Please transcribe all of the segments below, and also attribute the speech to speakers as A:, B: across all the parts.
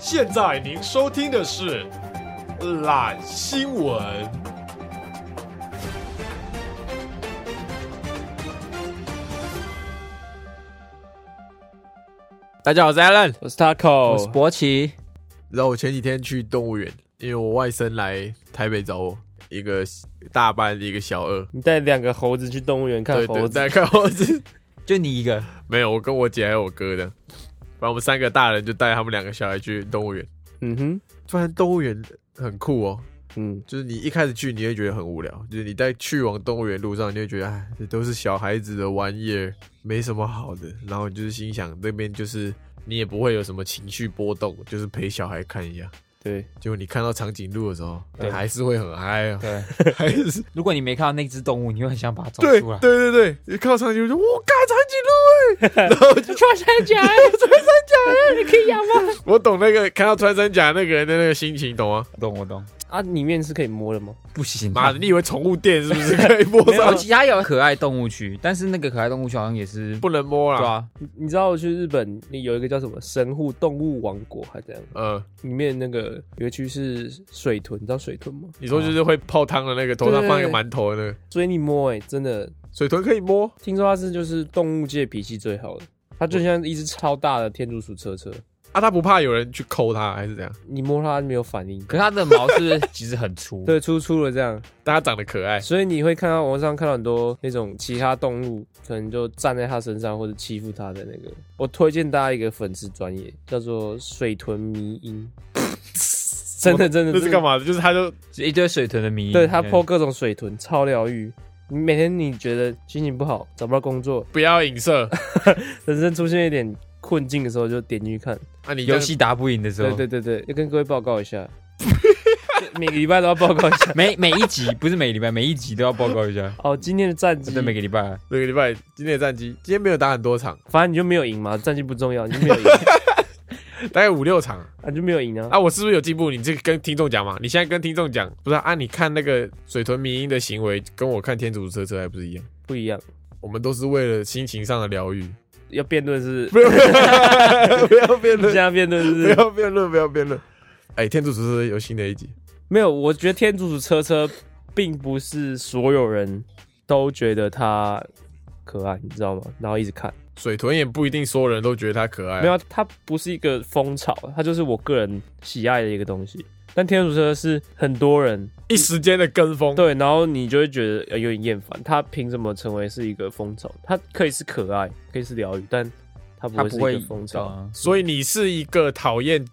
A: 现在您收听的是《懒新闻》。
B: 大家好，我是 Alan，
C: 我是 Taco，
D: 我是博奇。
B: 然后我前几天去动物园，因为我外甥来台北找我，一个大班，一个小二，
C: 你带两个猴子去动物园看
B: 对
C: 猴
B: 对，
C: 子，
B: 在看猴子。
D: 就你一个，
B: 没有，我跟我姐还有我哥的，反正我们三个大人就带他们两个小孩去动物园。
C: 嗯哼，
B: 突然动物园很酷哦，
C: 嗯，
B: 就是你一开始去你会觉得很无聊，就是你在去往动物园路上你会觉得，哎，这都是小孩子的玩意儿，没什么好的。然后你就是心想那边就是你也不会有什么情绪波动，就是陪小孩看一下。
C: 对
B: 结果你看到长颈鹿的时候，
C: 对
B: 还是会很嗨啊，
D: 对，
B: 还是
D: 如果你没看到那只动物，你会很想把它找
B: 对
D: 出来
B: 对。对对，你看到长颈鹿就我干长颈鹿哎、然后就
D: 穿山甲，穿山甲，你可以养吗？
B: 我懂那个看到穿山甲那个人的那个心情，懂吗？
D: 懂我懂，
C: 啊，里面是可以摸的吗？
D: 不行，
B: 妈的，你以为宠物店是不是可以摸
D: 没有，
B: 上？
D: 其他有可爱动物区，但是那个可爱动物区好像也是
B: 不能摸
D: 对
B: 啦。
D: 啊，
C: 你你知道我去日本有一个叫什么神户动物王国还这样，
B: 呃，
C: 里面那个有一区是水豚，你知道水豚吗？
B: 你说就是会泡汤的那个，头上放一个馒头的那个
C: 所以你摸哎、真的，
B: 水豚可以摸，
C: 听说它是就是动物界脾气最好的，它就像一只超大的天竺鼠车车，
B: 啊，它不怕有人去抠它还是怎样？
C: 你摸它没有反应，
D: 可是它的毛是不是其实很粗？
C: 对，粗粗的这样，
B: 但它长得可爱，
C: 所以你会看到网上看到很多那种其他动物，可能就站在它身上或者欺负它的那个。我推荐大家一个粉丝专业，叫做水豚迷音，真的真的，
B: 那是
C: 真的
B: 干？嘛的？就是它就
D: 就一堆水豚的迷，
C: 对它剖各种水豚，超疗愈。你每天你觉得心情不好，找不到工作，
B: 不要影 射。
C: 人生出现一点困境的时候，就点进去看。
B: 那啊你这
D: 游
B: 样
D: 戏打不赢的时候，
C: 对对对对，要跟各位报告一下，就每个礼拜都要报告一下。
D: 每每一集不是每个礼拜，每一集都要报告一下。
C: 哦，今天的战绩
D: 对，，每个礼拜
B: 这个礼拜今天的战绩，今天没有打很多场，
C: 反正你就没有赢嘛，战绩不重要，你就没有赢，
B: 大概五六场
C: 啊，就没有赢啊。
B: 啊。我是不是有进步？你这个跟听众讲嘛，你现在跟听众讲，不是啊啊？你看那个水豚迷音的行为，跟我看天竺车车还不是一样？
C: 不一样。
B: 我们都是为了心情上的疗愈，
C: 要辩论是
B: 不要 不要辩
C: 不
B: 论
C: 是，现，在辩论是不
B: 不
C: 是
B: 要辩论，不要辩论。哎，天竺车车有新的一集，
C: 没有。我觉得天竺鼠车车并不是所有人都觉得它可爱，你知道吗？然后一直看，
B: 水豚也不一定所有人都觉得它可爱啊。
C: 没有，它不是一个风潮，它就是我个人喜爱的一个东西。但天竺鼠车车是很多人
B: 一时间的跟风，
C: 对，然后你就会觉得呃有点厌烦。它凭什么成为是一个风潮？它可以是可爱，可以是疗愈，但它不
D: 它
C: 会是
D: 不
C: 一
D: 会
C: 个风潮。
D: 啊
B: 所以你是一个讨厌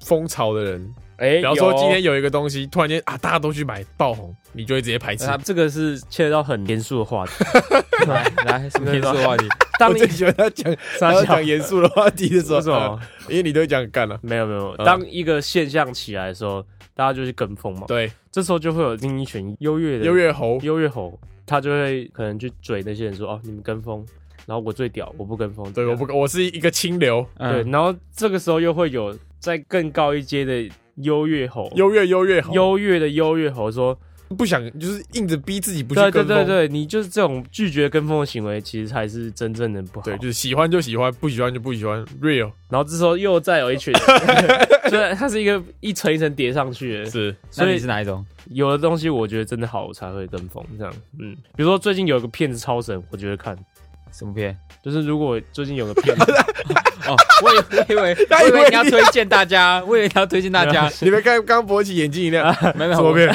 B: 风潮的人。
C: 哎，
B: 比方说
C: 有
B: 今天有一个东西突然间啊，大家都去买爆红，你就会直接 排斥。
C: 啊，这个是切到很严肃的话题。
D: 来来， 什么严肃的话题？
C: 当
B: 我
C: 你
B: 最喜欢他讲
C: 傻
B: 他
C: 笑
B: 讲严肃的话题的时候，
C: 为什么
B: 啊？ 因为你都会讲干了。
C: 没有没有，
B: 嗯
C: 当一个现象起来的时候，大家就去跟风嘛。，
B: 对，
C: 这时候就会有另一群优越的
B: 优越猴，
C: 优越猴，他就会可能去追那些人说：“哦，你们跟风，然后我最屌，我不跟风。”
B: 对，我不，我是一个清流，
C: 对。
D: 嗯，
C: 然后这个时候又会有在更高一阶的优越猴，
B: 优越优越猴，
C: 优越的优越猴说
B: 不想就是硬着逼自己：“不去
C: 对对
B: 跟
C: 对
B: 风。
C: 对，你就是这种拒绝跟风的行为，其实才是真正的不好。”
B: 对，就是喜欢就喜欢，不喜欢就不喜欢，real
C: 然后这时候又再有一 群，就是它是一个一层一层叠上去的，
B: 是
D: 那
C: 所以
D: 你是哪一种？
C: 有的东西我觉得真的好，我才会跟风这样。嗯，比如说最近有个片子超神，我觉得看，
D: 什么片？
C: 就是如果最近有个片子，
D: 哦，我以我以为
B: 他
D: 我
B: 以
D: 以
B: 为
D: 为你要
B: 你
D: 推荐大家，我以为你要推荐大家，啊
B: 你们看刚 勃起眼睛一亮，
D: 没有
B: 怎
D: 没有，
B: 么
D: 我
B: 变？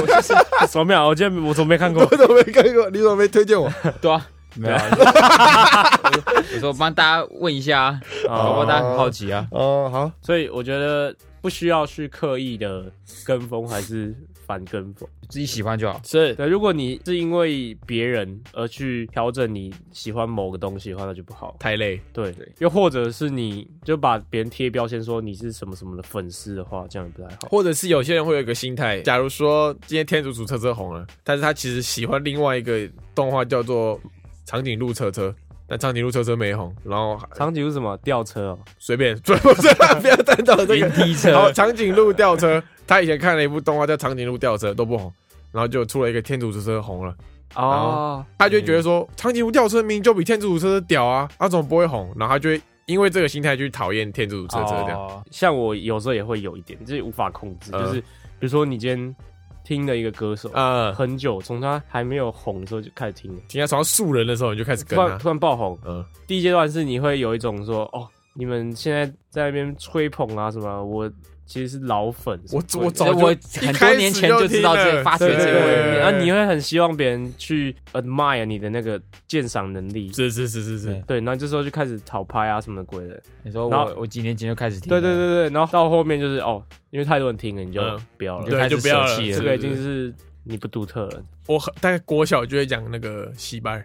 D: 我就是
C: 什么呀？我今天我怎么没 看过
B: 我？怎么没看过？你怎么没推荐我？
D: 对啊，没有啊。 我说我帮大家问一下啊，搞不好大家很好奇啊。
B: 哦，好，
C: 所以我觉得不需要去刻意的跟风还是反跟风。
D: 自己喜欢就好。
B: 是
C: 对，如果你是因为别人而去调整你喜欢某个东西的话，那就不好。
B: 太累，
C: 对
D: 对，
C: 又或者是你就把别人贴标签说你是什么什么的粉丝的话，这样也不太好。
B: 或者是有些人会有一个心态，假如说今天天竺鼠车车红了，但是他其实喜欢另外一个动画叫做长颈鹿车车，但长颈鹿车车没红，然后
C: 场景是什么？吊车哦，
B: 随便， 不是不要探讨这
D: 云
B: 个。
D: 梯
B: 然后
D: 车，
B: 长颈鹿吊车，他以前看了一部动画叫《长颈鹿吊车》都不红，然后就出了一个天竺鼠车红了，
C: 哦，
B: 啊他就会觉得说长颈鹿吊车明明就比天竺鼠车车屌啊，他怎么不会红？然后他就会因为这个心态去讨厌天竺鼠车车这样。
C: 哦像我有时候也会有一点，就是无法控制，
B: 嗯
C: 就是比如说你今天听了一个歌手
B: 呃，
C: 很久，从他还没有红的时候就开始听了，
B: 停在床上树人的时候，你就开始跟
C: 突然
B: 他。
C: 突然爆红，
B: 嗯，
C: 第一阶段是你会有一种说，哦，你们现在在那边吹捧啊什么，我其实是老粉什么
B: 我
C: 之类的，
B: 我早就
D: 我
B: 一
D: 很
B: 开
D: 多
B: 始
D: 年前就知道
B: 听了
D: 这发掘
C: 对
D: 这
C: 对对
D: 个
C: 对
D: 问
C: 对，
D: 题
C: 然后你会很希望别人去 admire 你的那个鉴赏能力，
B: 是是是是是
D: 对，
C: 对，然后这时候就开始讨拍啊什么鬼的，
D: 你说
C: 然后
D: 我我几年前就开始听
C: 对
D: 了，
C: 对对对，然后到后面就是哦，因为太多人听了，你就
B: 嗯
C: 不要了，
D: 就开
B: 对，
D: 始
B: 就不要
D: 舍
B: 了。
D: 弃了
C: 这个已经是你不独特了，
B: 我很大概国小就会讲那个西班牙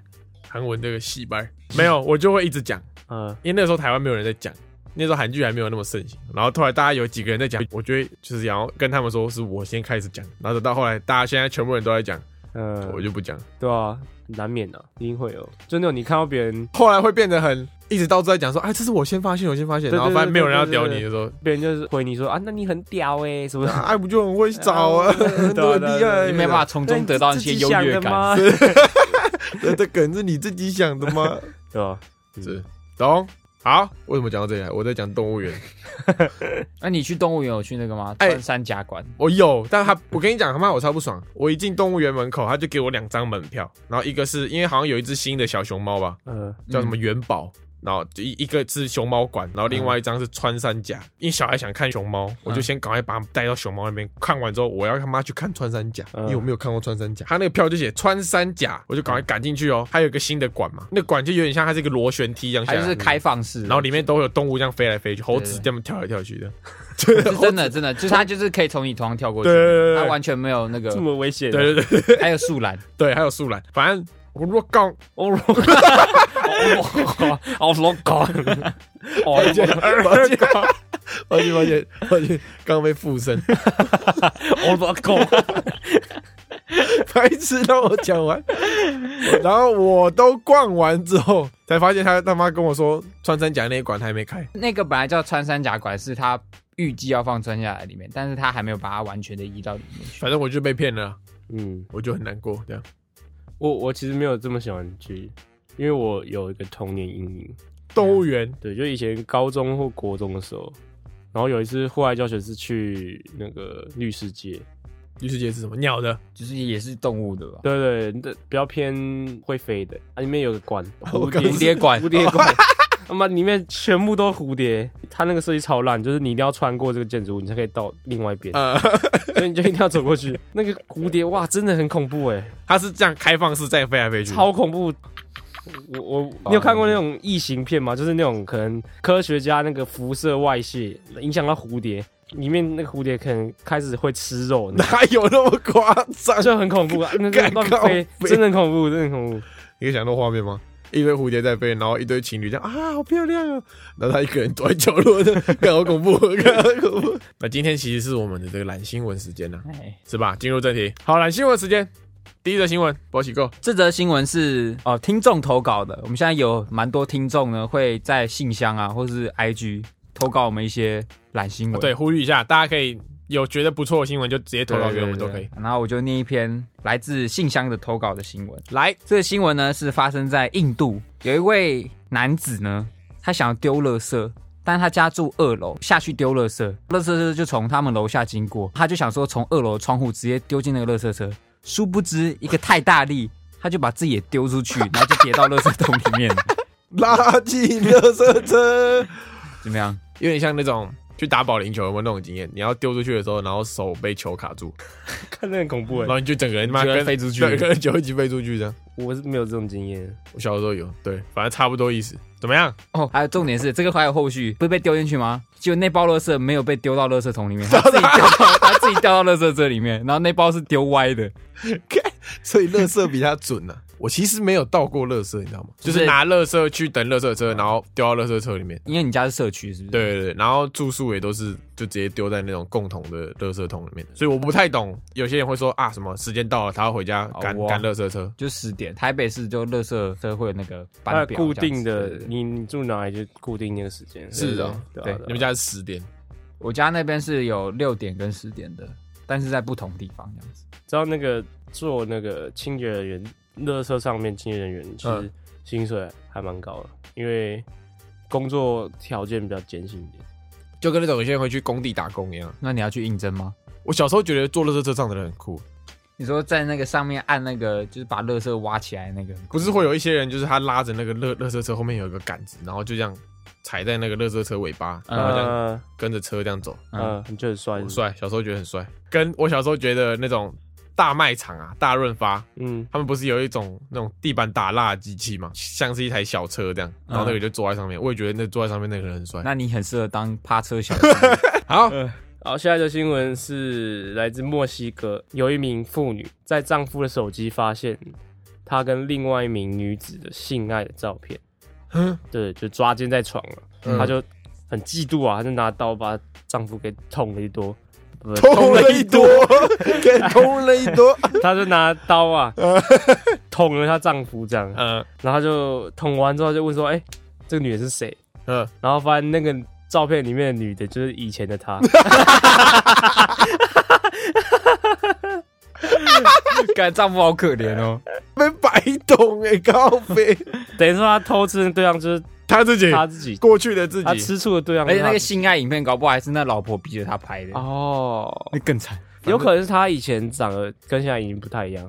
B: 韩文这个西班牙，没有我就会一直讲，
C: 呃，
B: 因为那时候台湾没有人在讲，那时候韩剧还没有那么盛行。然后后来大家有几个人在讲，我觉得就是想要跟他们说是我先开始讲，然后等到后来大家现在全部人都在讲，
C: 嗯，
B: 我就不讲。
C: 对啊，难免的、啊，一定会有，就那种你看到别人，
B: 后来会变得很一直到处在讲说，哎，这是我先发现，我先发现，
C: 对对
B: 然后发现
C: 对
B: 没有人要
C: 对对
B: 屌你的时候，
C: 别人就是回你说啊，那你很屌哎、欸，什么的，
B: 哎，不就很会找啊，很
C: 对啊
B: 很
C: 对啊
B: 厉害，
D: 你没办法从中得到一些优越感。
C: 那你自己想的吗
B: 这这梗是你自己想的吗？
C: 啊对啊吧？
B: 是，懂？好，为什么讲到这里来？啊我在讲动物园，
D: 那你去动物园有去那个吗？
B: 哎
D: 穿山甲馆，
B: 我有，但他，我跟你讲，他妈我超不爽！我一进动物园门口，他就给我两张门票，然后一个是因为好像有一只新的小熊猫吧，
C: 呃，
B: 叫什么元宝。然后一一个是熊猫馆，然后另外一张是穿山甲。因为小孩想看熊猫，我就先赶快把他们带到熊猫那边。看完之后，我要他妈去看穿山甲，
C: 嗯
B: 因为我没有看过穿山甲。他那个票就写穿山甲，我就赶快赶进去哦。还有一个新的馆嘛，那馆就有点像它是一个螺旋梯一样下
D: 还
B: 来，
D: 就是开放式的，
B: 然后里面都有动物这样飞来飞去，猴子
D: 对对
B: 这么跳来跳去的。
D: 是真的真的，就是它就是可以从你头上跳过去
B: 对，对
D: 它
B: 对
D: 完全没有那个
C: 这，么危险、啊，
B: 对对对对
D: 还有树懒，
B: 对，还有树懒，反正。我如果告
C: 哦，好 老搞，哦，
B: 二抱歉，抱歉，抱歉，抱歉，刚刚被附身，
C: 我老搞，
B: 白痴让我讲完。然后我都逛完之后，才发现他他妈跟我说穿山甲那一馆他还没开。
D: 那个本来叫穿山甲馆，是它预计要放穿山甲在里面，但是它还没有把它完全的移到里面去。
B: 反正我就被骗了，
C: 嗯，
B: 我就很难过。这样，
C: 我我其实没有这么喜欢去，因为我有一个童年阴影，
B: 动物园
C: 对，就以前高中或国中的时候，然后有一次户外教学是去那个绿世界，
B: 绿世界是什么？鸟的，
D: 就是也是动物的吧？
C: 对对对，那比较偏会飞的，啊，里面有个馆，
B: 我
C: 蝴
B: 刚
C: 蝶
D: 蝴蝶馆
C: 蝴，蝶馆，他妈里面全部都蝴蝶，它那个设计超烂，就是你一定要穿过这个建筑物，你才可以到另外一边，
B: 呃，
C: 所以你就一定要走过去。 那个蝴蝶哇，真的很恐怖哎、
B: 它是这样开放式在飞来飞去。
C: 超恐怖。我我
B: 啊
C: 你有看过那种异形片吗？就是那种可能科学家那个辐射外泄影响到蝴蝶，里面那个蝴蝶可能开始会吃肉，
B: 哪有那么夸张？
C: 就很恐怖啊！那个
B: 干
C: 乱
B: 靠
C: 飞
B: 背，
C: 真的很恐怖，真的很恐怖。
B: 你有想到画面吗？一堆蝴蝶在飞，然后一堆情侣这样啊，好漂亮啊！然后他一个人躲在角落的， 干好恐怖，干好恐怖。那今天其实是我们的这个懒新闻时间了、啊
D: 哎
B: 是吧？进入正题，好，懒新闻时间。第一则新闻，博喜购，
D: 这则新闻是哦，听众投稿的。我们现在有蛮多听众呢，会在信箱啊，或是 IG 投稿我们一些懒新闻。
B: 对，呼吁一下，大家可以有觉得不错的新闻就直接投稿给我们都可以。。
D: 然后我就念一篇来自信箱的投稿的新闻。
B: 来，
D: 这个新闻呢是发生在印度，有一位男子呢，他想要丢垃圾。但他家住二楼，下去丢垃圾，垃圾车就从他们楼下经过，他就想说从二楼窗户直接丢进那个垃圾车，殊不知一个太大力，他就把自己也丢出去，然后就跌到垃圾桶里面 了。
B: 垃圾垃圾车，
D: 怎么样？
B: 有点像那种去打保龄球有没有那种经验？你要丢出去的时候，然后手被球卡住，
C: 看那很恐怖哎、
B: 然后你就整个人他妈
D: 就会
B: 跟
D: 飞出去
B: 对，跟球一起飞出去这样。
C: 我是没有这种经验。
B: 我小时候有，对，反正差不多意思。怎么样？
D: 哦，还有重点是，这个还有后续，不是被丢进去吗？结果那包垃圾没有被丢到垃圾桶里面，他自己掉到他自己掉到垃圾车里面，然后那包是丢歪的，
B: 所以乐色比他准呢、我其实没有倒过乐色，你知道吗？就
D: 就是
B: 是拿乐色去等乐色车，然后丢到乐色车里面。
D: 因为你家是社区，是不是？，
B: 对对对，然后住宿也都是就直接丢在那种共同的垃圾桶里面，所以我不太懂，有些人会说啊什么时间到了，他要回家赶
D: 哇
B: 赶垃圾车，
D: 就十点，台北市就垃圾车会有那个
C: 它
D: 班表，
C: 固定
D: 这样
C: 的
D: 子对，对对
C: 你你住哪里就固定那个时间。
B: 是
C: 对
B: 哦
C: 啊，对啊
D: 对
C: 对啊
B: 你们家是十点，
D: 我家那边是有六点跟十点的，但是在不同地方这样子。
C: 知道那个做那个清洁人员，垃圾上面清洁人员其实
B: 嗯
C: 薪水还蛮高的，因为工作条件比较艰辛一点。
B: 就跟那种有些人会去工地打工一样。
D: 那你要去应征吗？
B: 我小时候觉得坐垃圾车上的人很酷，
D: 你说在那个上面按那个，就是把垃圾挖起来那个，
B: 不是会有一些人就是他拉着那个垃垃圾车后面有一个杆子，然后就这样踩在那个垃圾车尾巴，然后这样
C: 呃
B: 跟着车这样走，
D: 嗯
C: 呃，你就很帅，
B: 很帅。小时候觉得很帅，跟我小时候觉得那种大卖场啊、大润发，
C: 嗯，
B: 他们不是有一种那种地板打蜡的机器嘛，像是一台小车这样，
C: 嗯
B: 然后那个就坐在上面，我也觉得那坐在上面那个人很帅。
D: 那你很适合当趴车小姐。
B: 好，
C: 好，下一则新闻是来自墨西哥，有一名妇女在丈夫的手机发现她跟另外一名女子的性爱的照片，对，就抓奸在床了，
B: 嗯
C: 她就很嫉妒啊，她就拿刀把丈夫给捅了一 刀，不
B: 捅了一多，给捅了一 多。
C: 她就拿刀 啊捅了她丈夫这样，
B: 嗯
C: 然后她就捅完之后就问说，哎、这个女的是谁？
B: 嗯，
C: 然后发现那个照片里面的女的就是以前的她。
D: 感丈夫好可怜哦，
B: 被白捅哎，高 飞，
C: 等于说他偷吃的对象就是
B: 他自己
C: 他自己，
B: 过去的自
C: 他
B: 己，
C: 吃醋的对象
D: 而
C: 是
D: 且
C: 他
D: 那
C: 自
D: 个
C: 己。
D: 性爱影片搞不好还是那老婆逼着他拍
B: 哎
D: 的，
C: 哦，
D: 那更惨。
C: 有可能是他以前长得跟现在已经不太一样，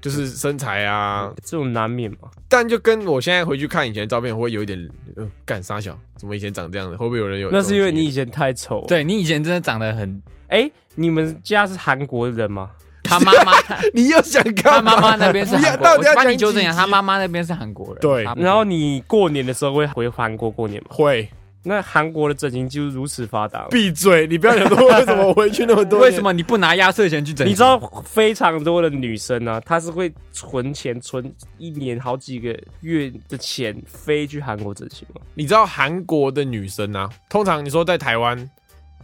B: 就是身材啊，
C: 这种难免嘛。
B: 但就跟我现在回去看以前的照片，会有一点呃干傻小，怎么以前长这样的？会不会有人有？
C: 那是因为你以前太丑。，
D: 对你以前真的长得 很，
C: 哎，你们家是韩国人吗？
D: 他妈 妈，他
B: 你又想
D: 他
B: 干
D: 妈
B: 嘛？
D: 妈那边是
B: 不要
D: 韩国
B: 到
D: 人，
B: 底要
D: 我帮你
B: 讲
D: 纠正一下，
B: 几集
D: 他妈妈那边是韩国人。
B: 对
D: 他不
C: 然后你过年的时候会回韩国过年吗？
B: 会
C: 那韩国的整形技术如此发达，
B: 闭嘴！你不要想说为什么我回去那么多，
D: 为什？么你不拿压岁钱去整？
C: 你知道非常多的女生啊，她是会存钱存一年好几个月的钱飞去韩国整形吗？
B: 你知道韩国的女生啊，通常你说在台湾，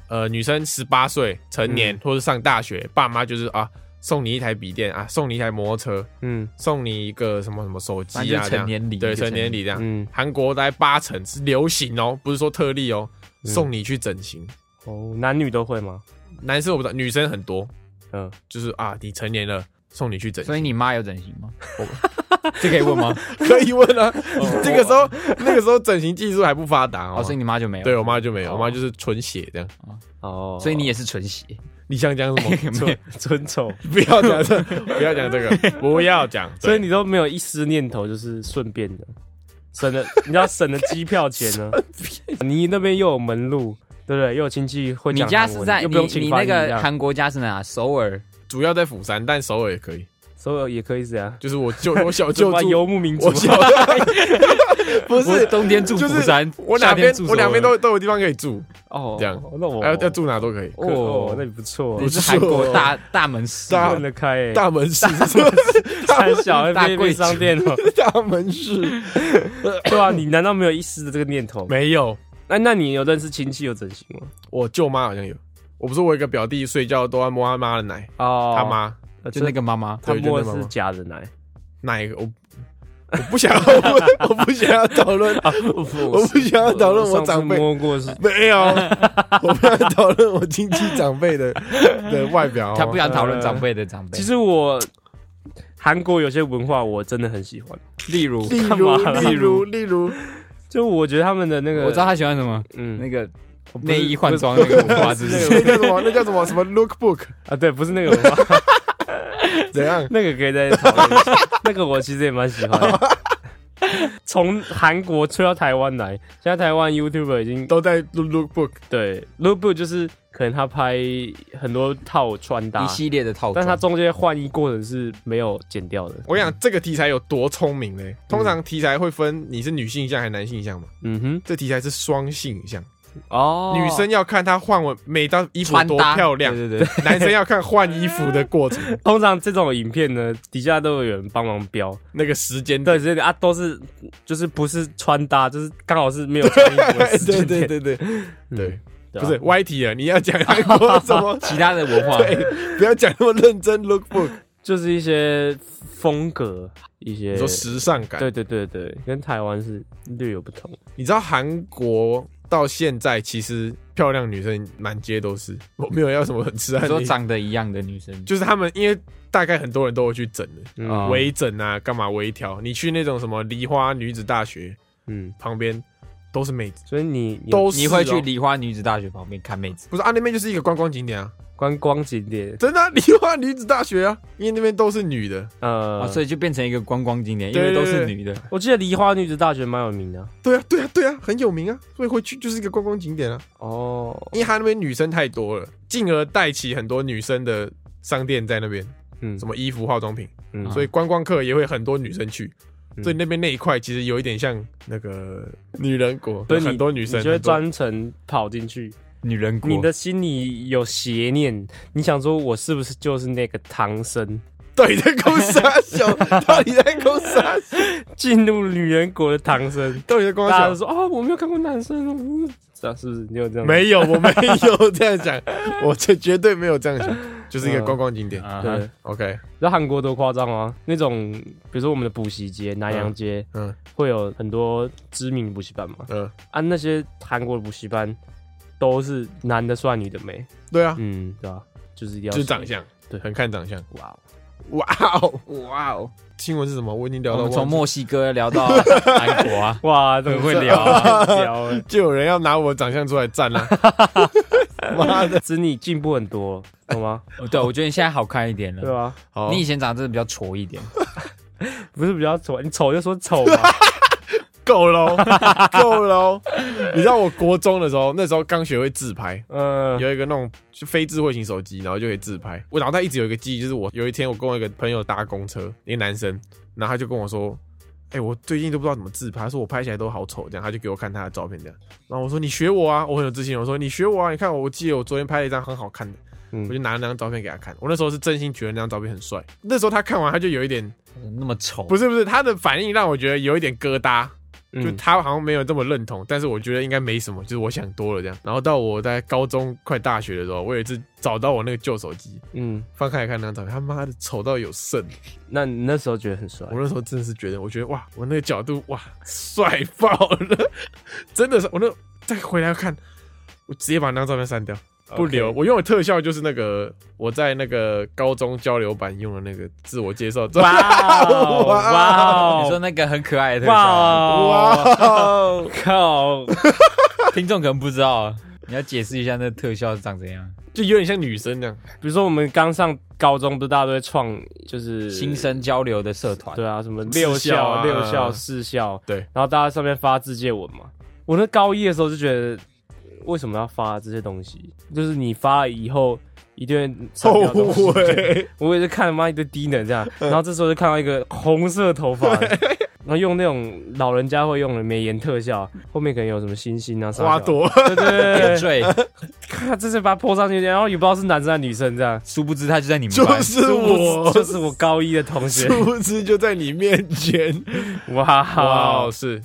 B: 呃，女生十八岁成
D: 嗯
B: 年、或者上大学，爸妈就是啊送你一台笔电啊，送你一台摩托车，
C: 嗯
B: 送你一个什么什么手
D: 反
B: 机
D: 正
B: 啊，
D: 就是
B: 这样
D: 成年礼
B: 对
D: 就成
B: 成年礼这样。
C: 嗯，
B: 韩国大概八成是流行哦，不是说特例哦，
C: 嗯
B: 送你去整形。
C: 哦，男女都会吗？
B: 男生我不知道，女生很多，
C: 嗯，
B: 就是啊，你成年了，送你去整
D: 所以
B: 形，
D: 你妈有整形 吗？这可以问吗？
B: 可以问 啊。这个时候，那个时候整形技术还不发达
D: 哦，
B: 哦
D: 所以。你妈就没有。
B: 对我妈就没有，
D: 哦
B: 我妈就是纯血这样。
C: 哦，
D: 所以 你也是纯血，
B: 你想讲什么？
D: 没有
C: 纯丑，
B: 不要讲这， 不要讲这个，不要讲。
C: 所
B: 所
C: 以
B: 以
C: 你都没有一丝念头，就是顺便的，省了，你知道省了机票钱呢。 你那边又有门路，对不对？又有亲戚会
D: 你
C: 讲
D: 家
C: 韩
D: 是
C: 文
D: 在
C: 又
D: 你
C: 不用
D: 你
C: 请翻
D: 那
C: 译这
D: 个
C: 样，
D: 韩国家是哪？首尔。
B: 主要在釜山，但首尔也可以。
C: 所以也可以这样。
B: 就是我舅，我小舅
C: 什么
B: 住，
C: 游牧民族
B: 我，小不
D: 不
B: 是
D: 冬天住
B: 就是
D: 釜山，
B: 我
D: 夏
B: 两
D: 天
B: 边
D: 住
B: 我
D: 首尔
B: 两边都都有地方可以住，
C: 哦，
B: 这样哎
C: 那我
B: 要要住哪都可以。
C: 可哦，那你不错
D: 你，是韩国大大门市
B: 大
C: 混得开欸，
B: 大门市，
C: 三小
D: 大
C: 便
D: 贵
C: 利
D: 族
C: 商店哦，
B: 大门市
C: 对啊，你难道没有一丝的这个念头？
B: 没有，
C: 那那你有认识亲戚有整形吗？
B: 我舅妈好像有。我不是我有一个表弟睡觉都要摸他妈的奶，
C: 哦
B: 他，妈
C: 呃
D: 就那个妈妈，
C: 他
B: 对就
C: 摸
B: 那
C: 的
B: 妈
C: 是
B: 妈
C: 假的奶，
B: 哪一个我我不想要，我我不想要讨论，啊 我
C: 我
B: 不想要讨论我长辈，
C: 摸过是
B: 没有，我不想讨论我亲戚长辈 的的外表。哦
D: 她不想讨论
C: 呃
D: 长辈的长辈。
C: 其实我韩国有些文化我真的很喜欢，
D: 例如，
B: 例
C: 干
B: 如
C: 嘛啦
B: 例 如例如，
C: 就我觉得他们的那个，
D: 我知道她喜欢什么，
C: 嗯，
D: 那个内衣换装那个文化，是不 是？
B: 那叫什么？那叫什么？什么 lookbook？
C: 啊，对，不是那个文 化，
B: 怎样？
C: 那个可以再讨论一下，那个我其实也蛮喜欢的。从韩国吹到台湾来，现在台湾 YouTuber 已经
B: 都在 lookbook。
C: 对 l o o b 就是可能他拍很多套穿搭
D: 一，系列的套装，
C: 但他中间换衣过程是没有剪掉的。
B: 我想这个题材有多聪明嘞？通常题材会分你是女性向还是男性向嘛？
C: 嗯哼，
B: 这题材是双性向，
C: 哦
B: 女生要看她换完每道衣服
D: 穿
B: 多
D: 搭
B: 漂亮，
D: 对对对，？
B: 男生要看换衣服的过程，
C: 通常这种影片呢，底下都有人帮忙标，
B: 那个时间
C: 对，这个啊都是就是不是穿搭，就是刚好是没有穿衣服的时
B: 对
C: 间
B: 对
C: 点，
B: 对对
C: 嗯
B: 对，
C: 对
B: 不
C: 吧
B: 是歪题了，你要讲韩国什么
D: 其他的文化，
B: 对，不要讲那么认真 lookbook，
C: 就是一些风格，一些
B: 你说时尚感
C: 对。对对对，跟台湾是略有不同。
B: 你知道韩国到现在其实漂亮女生满街都是，我没有要什么很吃
D: 你
B: 案
D: 说
B: 例，
D: 长得一样的女生，
B: 就是他们因为大概很多人都会去整的，啊
C: 嗯
D: 哦
B: 微整啊，干嘛微调？你去那种什么梨花女子大学
C: 嗯，
B: 旁边，都是妹子，
C: 所以你你
B: 都是
D: 你会去
B: 哦
D: 梨花女子大学旁边看妹子？
B: 不是啊？那边就是一个观光景点啊，
C: 观光景点，
B: 真的啊、梨花女子大学啊，因为那边都是女的。
C: 呃，
B: 啊
D: 哦，所以就变成一个观光景点，因
B: 对
D: 为都
B: 对
D: 是
B: 对
D: 女的。
C: 我记得梨花女子大学蛮有名的
B: 对啊，对啊，对啊，很有名啊，所以回去就是一个观光景点啊，
C: 哦。
B: 因为他那边女生太多了，进而带起很多女生的商店在那边，
C: 嗯
B: 什么衣服、化妆品，
C: 嗯
B: 所以观光客也会很多女生去，
C: 嗯
B: 所以那边那一块其实有一点像那个女人国，
C: 所以你
B: 很多女生
C: 你就会
B: 很多
C: 专程跑进去，
D: 女人国，
C: 你的心里有邪念，你想说我是不是就是那个唐僧
B: 到底在啊攻啥 小？到底在攻啥小？
C: 进入女人国的唐僧？
B: 到底在攻
C: 大家
B: 啥
C: 都
B: 小？
C: 说啊、我没有看过男生，嗯这样是不是？你有这样？
B: 没有，我没有这样 讲，我这绝对没有这样想，就是
C: 嗯
B: 一个观光景点。
D: 啊
C: 对。
B: OK，
C: 那韩国多夸张啊！那种比如说我们的补习街、南洋街，
B: 嗯
C: 会有很多知名的补习班嘛。
B: 嗯，
C: 啊，那些韩国的补习班都是男的帅，女的美。
B: 对啊，
C: 嗯，对吧、就是要
B: 就是长相，
C: 对
B: 很看长相。
D: 哇哦
B: 哇哦，
D: 哇哦！
B: 新闻是什么？我已经聊
D: 我
B: 到
D: 们从
B: 忘记
D: 墨西哥聊到韩国啊，
C: 哇，这个会 聊啊，很聊欸
B: 就有人要拿我长相出来站 啦、妈的！
C: 只是你进步很多，懂吗？
D: 哦对，我觉得你现在好看一点
C: 对
D: 了。
C: 啊吧、
B: 好
D: 你以前长得真的比较矬一点，
C: 不是比较丑，你丑就说丑嘛。
B: 够喽， 够喽！你知道我国中的时候，那时候刚学会自拍，
C: 嗯、
B: 有一个那种就非智慧型手机，然后就可以自拍。我脑袋一直有一个记忆，就是我有一天我跟我一个朋友搭公车，一个男生，然后他就跟我说：“哎、我最近都不知道怎么自拍，他说我拍起来都好丑。”这样他就给我看他的照片，这样。然后我说：“你学我啊！”我很有自信，我说：“你学我啊！你看我，我记得我昨天拍了一张很好看的。”
C: 嗯
B: 我就拿了那张照片给他看，我那时候是真心觉得那张照片很帅。那时候他看完，他就有一点
D: 那么丑，
B: 不是不是，他的反应让我觉得有一点疙瘩，就
C: 嗯，
B: 他好像没有这么认同，但是我觉得应该没什么，就是我想多了这样。然后到我在高中快大学的时候，我有一次找到我那个旧手机，
C: 嗯，
B: 翻开来看那张照片，他妈的丑到有剩。
C: 那你那时候觉得很帅
B: 我，那时候真的是觉得，我觉得哇，我那个角度哇帅爆了， 真的是我那再回来看，我直接把那张照片删掉。不留
C: OK
B: 我用的特效就是那个我在那个高中交流版用的那个自我介绍照片。
D: 哇哦
B: 哇
D: 哇哦！
C: 哦
D: 你说那个很可爱的特效
C: 哇
D: 啊，
B: 哇！
C: 哦，靠，
D: 听众可能不知道，你要解释一下那个特效是长怎样。
B: 就有点像女生那样。
C: 比如说我们刚上高中，不是大家都会创，就是
D: 新生交流的社团，
C: 呃对啊，什么
B: 四
C: 六
B: 校啊
C: 校、六校、
B: 嗯
C: 四校，
B: 对
C: 然后大家上面发自介文嘛。我那高一的时候就觉得，为什么要发这些东西？就是你发了以后，一堆人删掉东西
B: 后悔，
C: 我也是看他妈一堆低能这样，
B: 嗯
C: 然后这时候就看到一个红色 头发的，然后用那种老人家会用的美颜特效，后面可能有什么星星啊、啥
B: 花
C: 小，
B: 朵，
C: 对对对对
D: 点
C: 对，
D: 缀，
C: 看这是把它泼上去，然后也不知道是男生还是女生这样，
D: 殊不知他就在你们
B: 就
D: 班。
B: 是我，
C: 就是我高一的同学，
B: 殊不知就在你面 前。
C: 哇
B: 哇，，是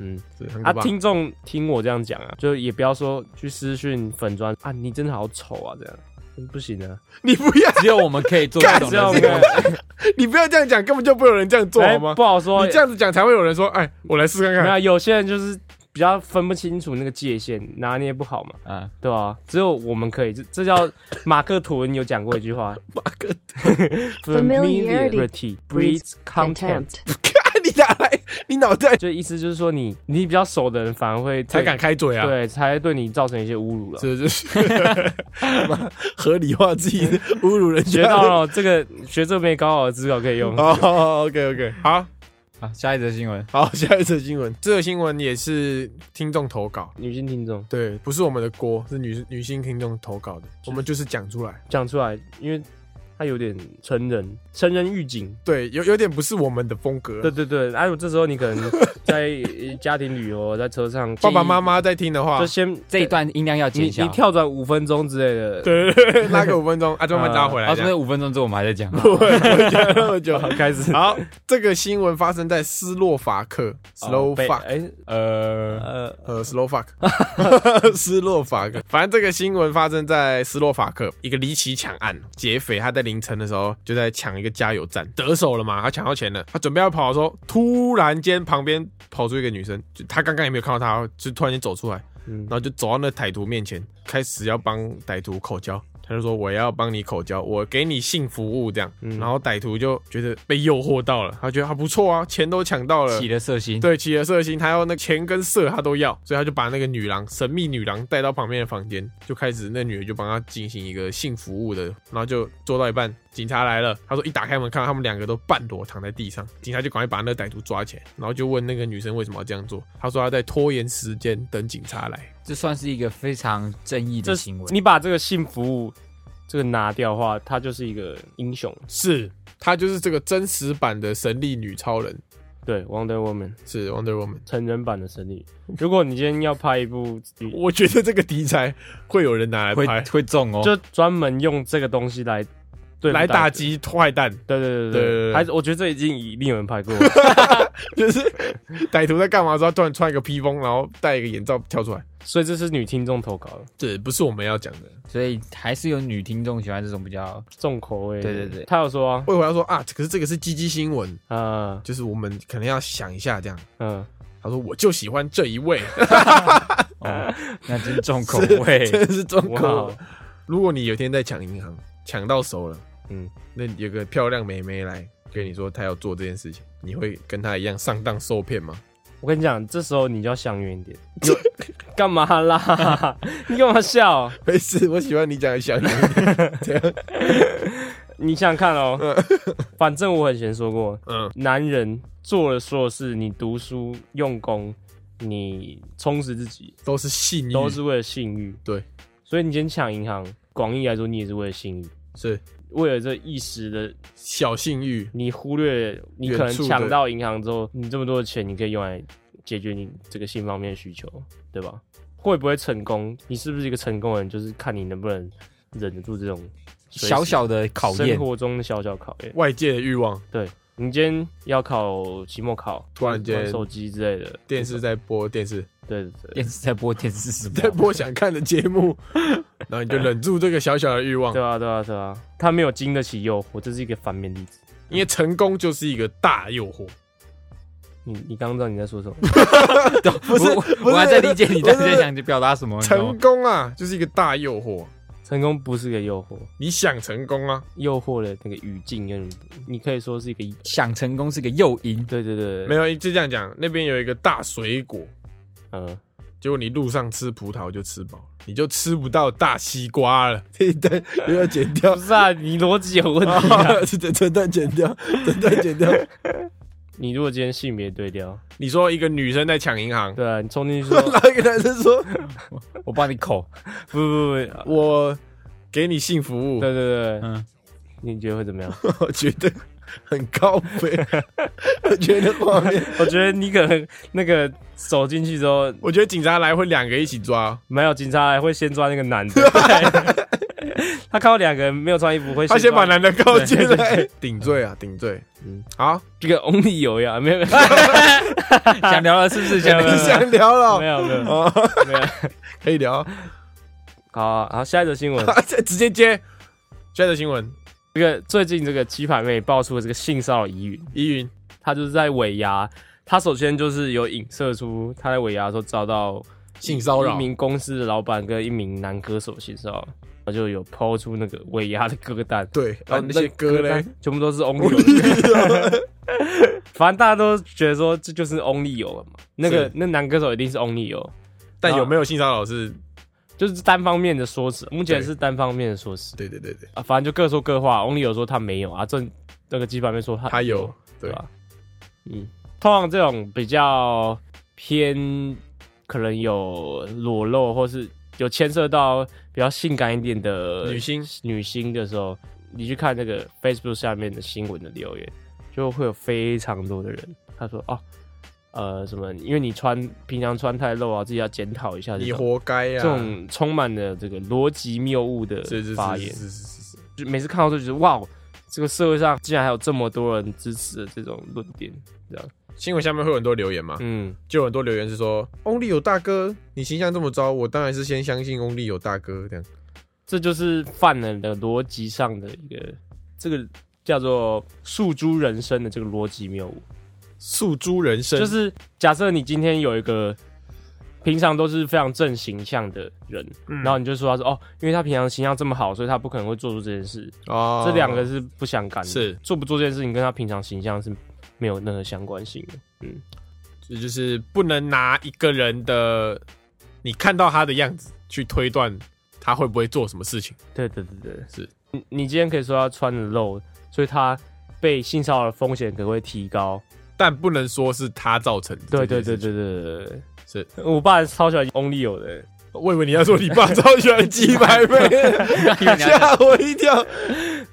C: 嗯。
B: 是很
C: 啊
B: 可，怕。
C: 听众听我这样讲啊，就也不要说去私讯粉砖啊，你真的好丑啊，这样嗯不行啊。
B: 你不要，
D: 只有我们可以做这种
C: 只有我
D: 人
C: 们
D: 这种
B: 你不要这样讲，根本就不会有人这样做好
C: 哎
B: 吗？
C: 不好说，
B: 你这样子讲才会有人说，哎，我来试看
C: 没有
B: 看。
C: 有些人就是比较分不清楚那个界限，拿捏不好嘛，
D: 啊，
C: 对吧、只有我们可以，这这叫马克吐温有讲过一句话
B: 马克，
C: ，familiarity breeds contempt，
E: contempt.
B: 看啊你哪来？你脑袋
C: 就意思就是说你你比较熟的人反而会对
B: 才敢开嘴啊？
C: 对，才会对你造成一些侮辱了。
B: 是，这 是妈合理化自己侮辱人家。
C: 学到了这个学这边高考的资料可以 用。
B: 哦，OK OK，好
D: 好，下一则新闻，
B: 好，下一则新闻，这个新闻也是听众投稿，
C: 女性听众
B: 对，不是我们的锅，是女女性听众投稿的，我们就是讲出来。
C: 讲出来，因为他有点成人成人预警。
B: 对，有有点不是我们的风格。
C: 对对对，哎、我这时候你可能在呃家庭旅游，在车上，
B: 爸爸妈妈在听的话
C: 就，先
D: 这一段音量要
C: 你
D: 减小。
C: 你跳转五分钟之类的，
B: 对对对， 拉个五分钟，啊，就慢慢拉回来
D: 啊，
B: 这
D: 所
B: 样。
D: 以五分钟之后我们还在讲。
B: 那么久
C: 好，开始
B: 好，这个新闻发生在斯洛伐克
C: 哦被
B: （Slovak），
C: 哎
D: 呃，
C: 呃
B: 呃，Slovak，斯 洛伐克。反正这个新闻发生在斯洛伐克一个离奇抢案，劫匪他在凌晨的时候就在抢一个加油站，得手了嘛，他抢到钱了，他准备要跑的时候，突然间旁边跑出一个女生，就他刚刚也没有看到她哦，就突然间走出来，
C: 嗯
B: 然后就走到那歹徒面前，开始要帮歹徒口交。他就说我要帮你口交，我给你性服务这样。然后歹徒就觉得被诱惑到了，他觉得他不错啊，钱都抢到了
D: 起。了色心，，
B: 对，起了色心，他要那钱跟色他都要，所以他就把那个女郎神秘女郎带到旁边的房间，就开始那女的就帮他进行一个性服务的，然后就做到一半，警察来了，他说一打开门看到他们两个都半裸躺在地上，警察就赶快把那个歹徒抓起来，然后就问那个女生为什么要这样做，她说她在拖延时间等警察来，
D: 这算是一个非常正义
C: 这
D: 的行为。
C: 你把这个性服务这个拿掉的话，他就是一个英雄。
B: 是她就是这个真实版的神力女超人，
C: 对，Wonder Woman
B: 是 Wonder Woman。
C: 成人版的神女。如果你今天要拍一部，
B: 我觉得这个题材会有人拿来
D: 会
B: 拍，
D: 会中哦，
C: 就专门用这个东西来对付
B: 来打
C: 大家。
B: 击坏蛋，
C: 对对
B: 对对
C: 对对，
B: 对
C: 还是我觉得这已经一定有人拍过了，
B: 就是歹徒在干嘛的时候，突然穿一个披风，然后戴一个眼罩跳出来。
C: 所以这是女听众投稿的，
B: 这不是我们要讲的。
D: 所以还是有女听众喜欢这种比较
C: 重口味。
D: 对对对
C: 他有说啊，
B: 魏回要说啊，可是这个是鸡鸡新闻，
C: 啊
B: 就是我们可能要想一下这样。
C: 嗯，
B: 他说我就喜欢这一 位，
D: 哦，那真是重口味。
B: 真的是中
C: 哇
B: 国。，如果你有一天在抢银行，抢到手了，
C: 嗯，
B: 那有个漂亮妹妹来跟你说她要做这件事情，你会跟她一样上当受骗吗？
C: 我跟你讲，这时候你就要想远一点，有干嘛啦？你干嘛笑？
B: 没事，我喜欢你讲的小人。
C: 你想想看哦，反正我以前说过，
B: 嗯，
C: 男人做了所有事，你读书用功，你充实自己，
B: 都是信誉，
D: 嗯
C: 都是为了信誉。
B: 对，
C: 所以你今天抢银行，广义来说，你也是为了信誉。
B: 是
C: 为了这一时的，
B: 小信誉。
C: 你忽略你可能抢到银行之后，你这么多的钱，你可以用来解决你这个性方面的需求，对吧？会不会成功？你是不是一个成功人？就是看你能不能忍得住这种随时
D: 小小的考验
C: 生，活中的小小考验。
B: 外界的欲望，
C: 对你今天要考期末考，
B: 突然间
C: 玩手机之类的，
B: 电视在播电视，
C: 对对对，
D: 电视在播电视是
B: 在
D: 播，
B: 播想看的节目， 然后你就忍住这个小小的 欲望
C: 对，啊对啊对啊，他没有经得起诱惑，这是一个反面例子。
B: 因为成功就是一个大诱惑。
C: 你你刚刚知道你在说什么？
D: 不
B: 是不
D: 我
B: 是
D: 还在理解你
B: 不是
D: 在在想表达什么，你知道
B: 成
D: 吗
B: 功啊，就是一个大诱惑。
C: 成功不是个诱惑，
B: 你想成功啊？
C: 诱惑的那个语境跟你可以说是一个，
D: 想成功是个诱因，
C: 对对对，
B: 没
C: 有，
B: 有，就这样讲。那边有一个大水果，
C: 嗯，
B: 结果你路上吃葡萄就吃饱了，你就吃不到大西瓜 了。这一段又要剪掉
C: 不，是啊，你逻辑有问题啊。
B: 这 这这段剪 掉，这段剪掉。
C: 你如果今天性别对调，
B: 你说一个女生在抢银行，
C: 对啊，你冲进去 说
B: 然后一个男生说
D: 我帮你口，
C: 不不
B: 啊
C: 不，：“
B: 我给你性服务。”
C: 对对对，
D: 嗯，
C: 你觉得会怎么样？
B: 我觉得很高 飞，我觉得画面，
C: 我觉得你可能那个走进去之后，
B: 我觉得警察来会两个一起抓，
C: 没有警察来会先抓那个男 的，对他看到两个人没有穿衣服会
B: 他先把
C: 抓
B: 男的告进来， 顶罪啊，顶罪。嗯
C: 嗯，
B: 好，
C: 这个 only 有呀，没有 没有
D: 想聊了是不是？
C: 没有
D: 想
C: 没
D: 聊
B: 你想聊
D: 了
C: 有 没
B: 了，
C: 有没有
B: 哦，
C: 没有。
B: 可以聊，
C: 好啊，好，下一则新闻，
B: 再直接接。现在的新闻，
C: 这个最近这个鸡排妹爆出了这个性骚扰疑云，
B: 依云
C: 她就是在尾牙，她首先就是有影射出她在尾牙的时候遭到
B: 性骚
C: 一名公司的老板跟一名男歌手性骚扰，然后就有抛出那个尾牙的歌单，
B: 对，然
C: 然
B: 后
C: 后
B: 啊那些歌嘞，
C: 单全 部都是 only
B: 啊
C: 有的。 反正大家都觉得说这就是 only 有嘛，那个
B: 是
C: 那男歌手一定是 only 有，
B: 但有没有性骚扰是？
C: 就是单方面的说辞，目前
B: 对
C: 是单方面的说辞
B: 对对对对，
C: 啊，反正就各说各话。only 有说他没有啊，这那个基本面说他
B: 他有，对
C: 对吧？嗯，通常这种比较偏可能有裸露或是有牵涉到比较性感一点的
B: 女星
C: 女星的时候，你去看那个 Facebook 下面的新闻的留言，就会有非常多的人他说哦，呃，什么，因为你穿平常穿太露啊，自己要检讨一下这
B: 你
C: 种。
B: 活该呀，
C: 这种充满了这个逻辑谬误的
B: 是是
C: 发
B: 是
C: 言，
B: 是是是是，
C: 就每次看到都觉得哇，这个社会上竟然还有这么多人支持这种论点，这样，
B: 新闻下面会有很多留言嘛，
C: 嗯，
B: 就有很多留言是说，Only 有大哥，你形象这么糟，我当然是先相信 Only 有大哥这样。
C: 这就是犯人的逻辑上的一个这个叫做诉诸人生的这个逻辑谬误，
B: 诉诸人生，
C: 就是假设你今天有一个平常都是非常正形象的人，然后你就说他说哦，因为他平常形象这么好，所以他不可能会做出这件事。
B: 哦，
C: 这两个是不相干的，
B: 是
C: 做不做这件事情跟他平常形象是没有任何相关性的。嗯，
B: 这就是不能拿一个人的你看到他的样子去推断他会不会做什么事情。
C: 对对对对，
B: 是
C: 你你今天可以说他穿的露，所以他被性骚扰的风险可能会提高。
B: 但不能说是他造成的。
C: 对对对
B: 对，
C: 对对对对
B: 是。
C: 对， 我爸超喜欢 Only 有的、
B: 我以为你要说你爸超 喜欢鸡排妹，吓我一跳。
C: 啊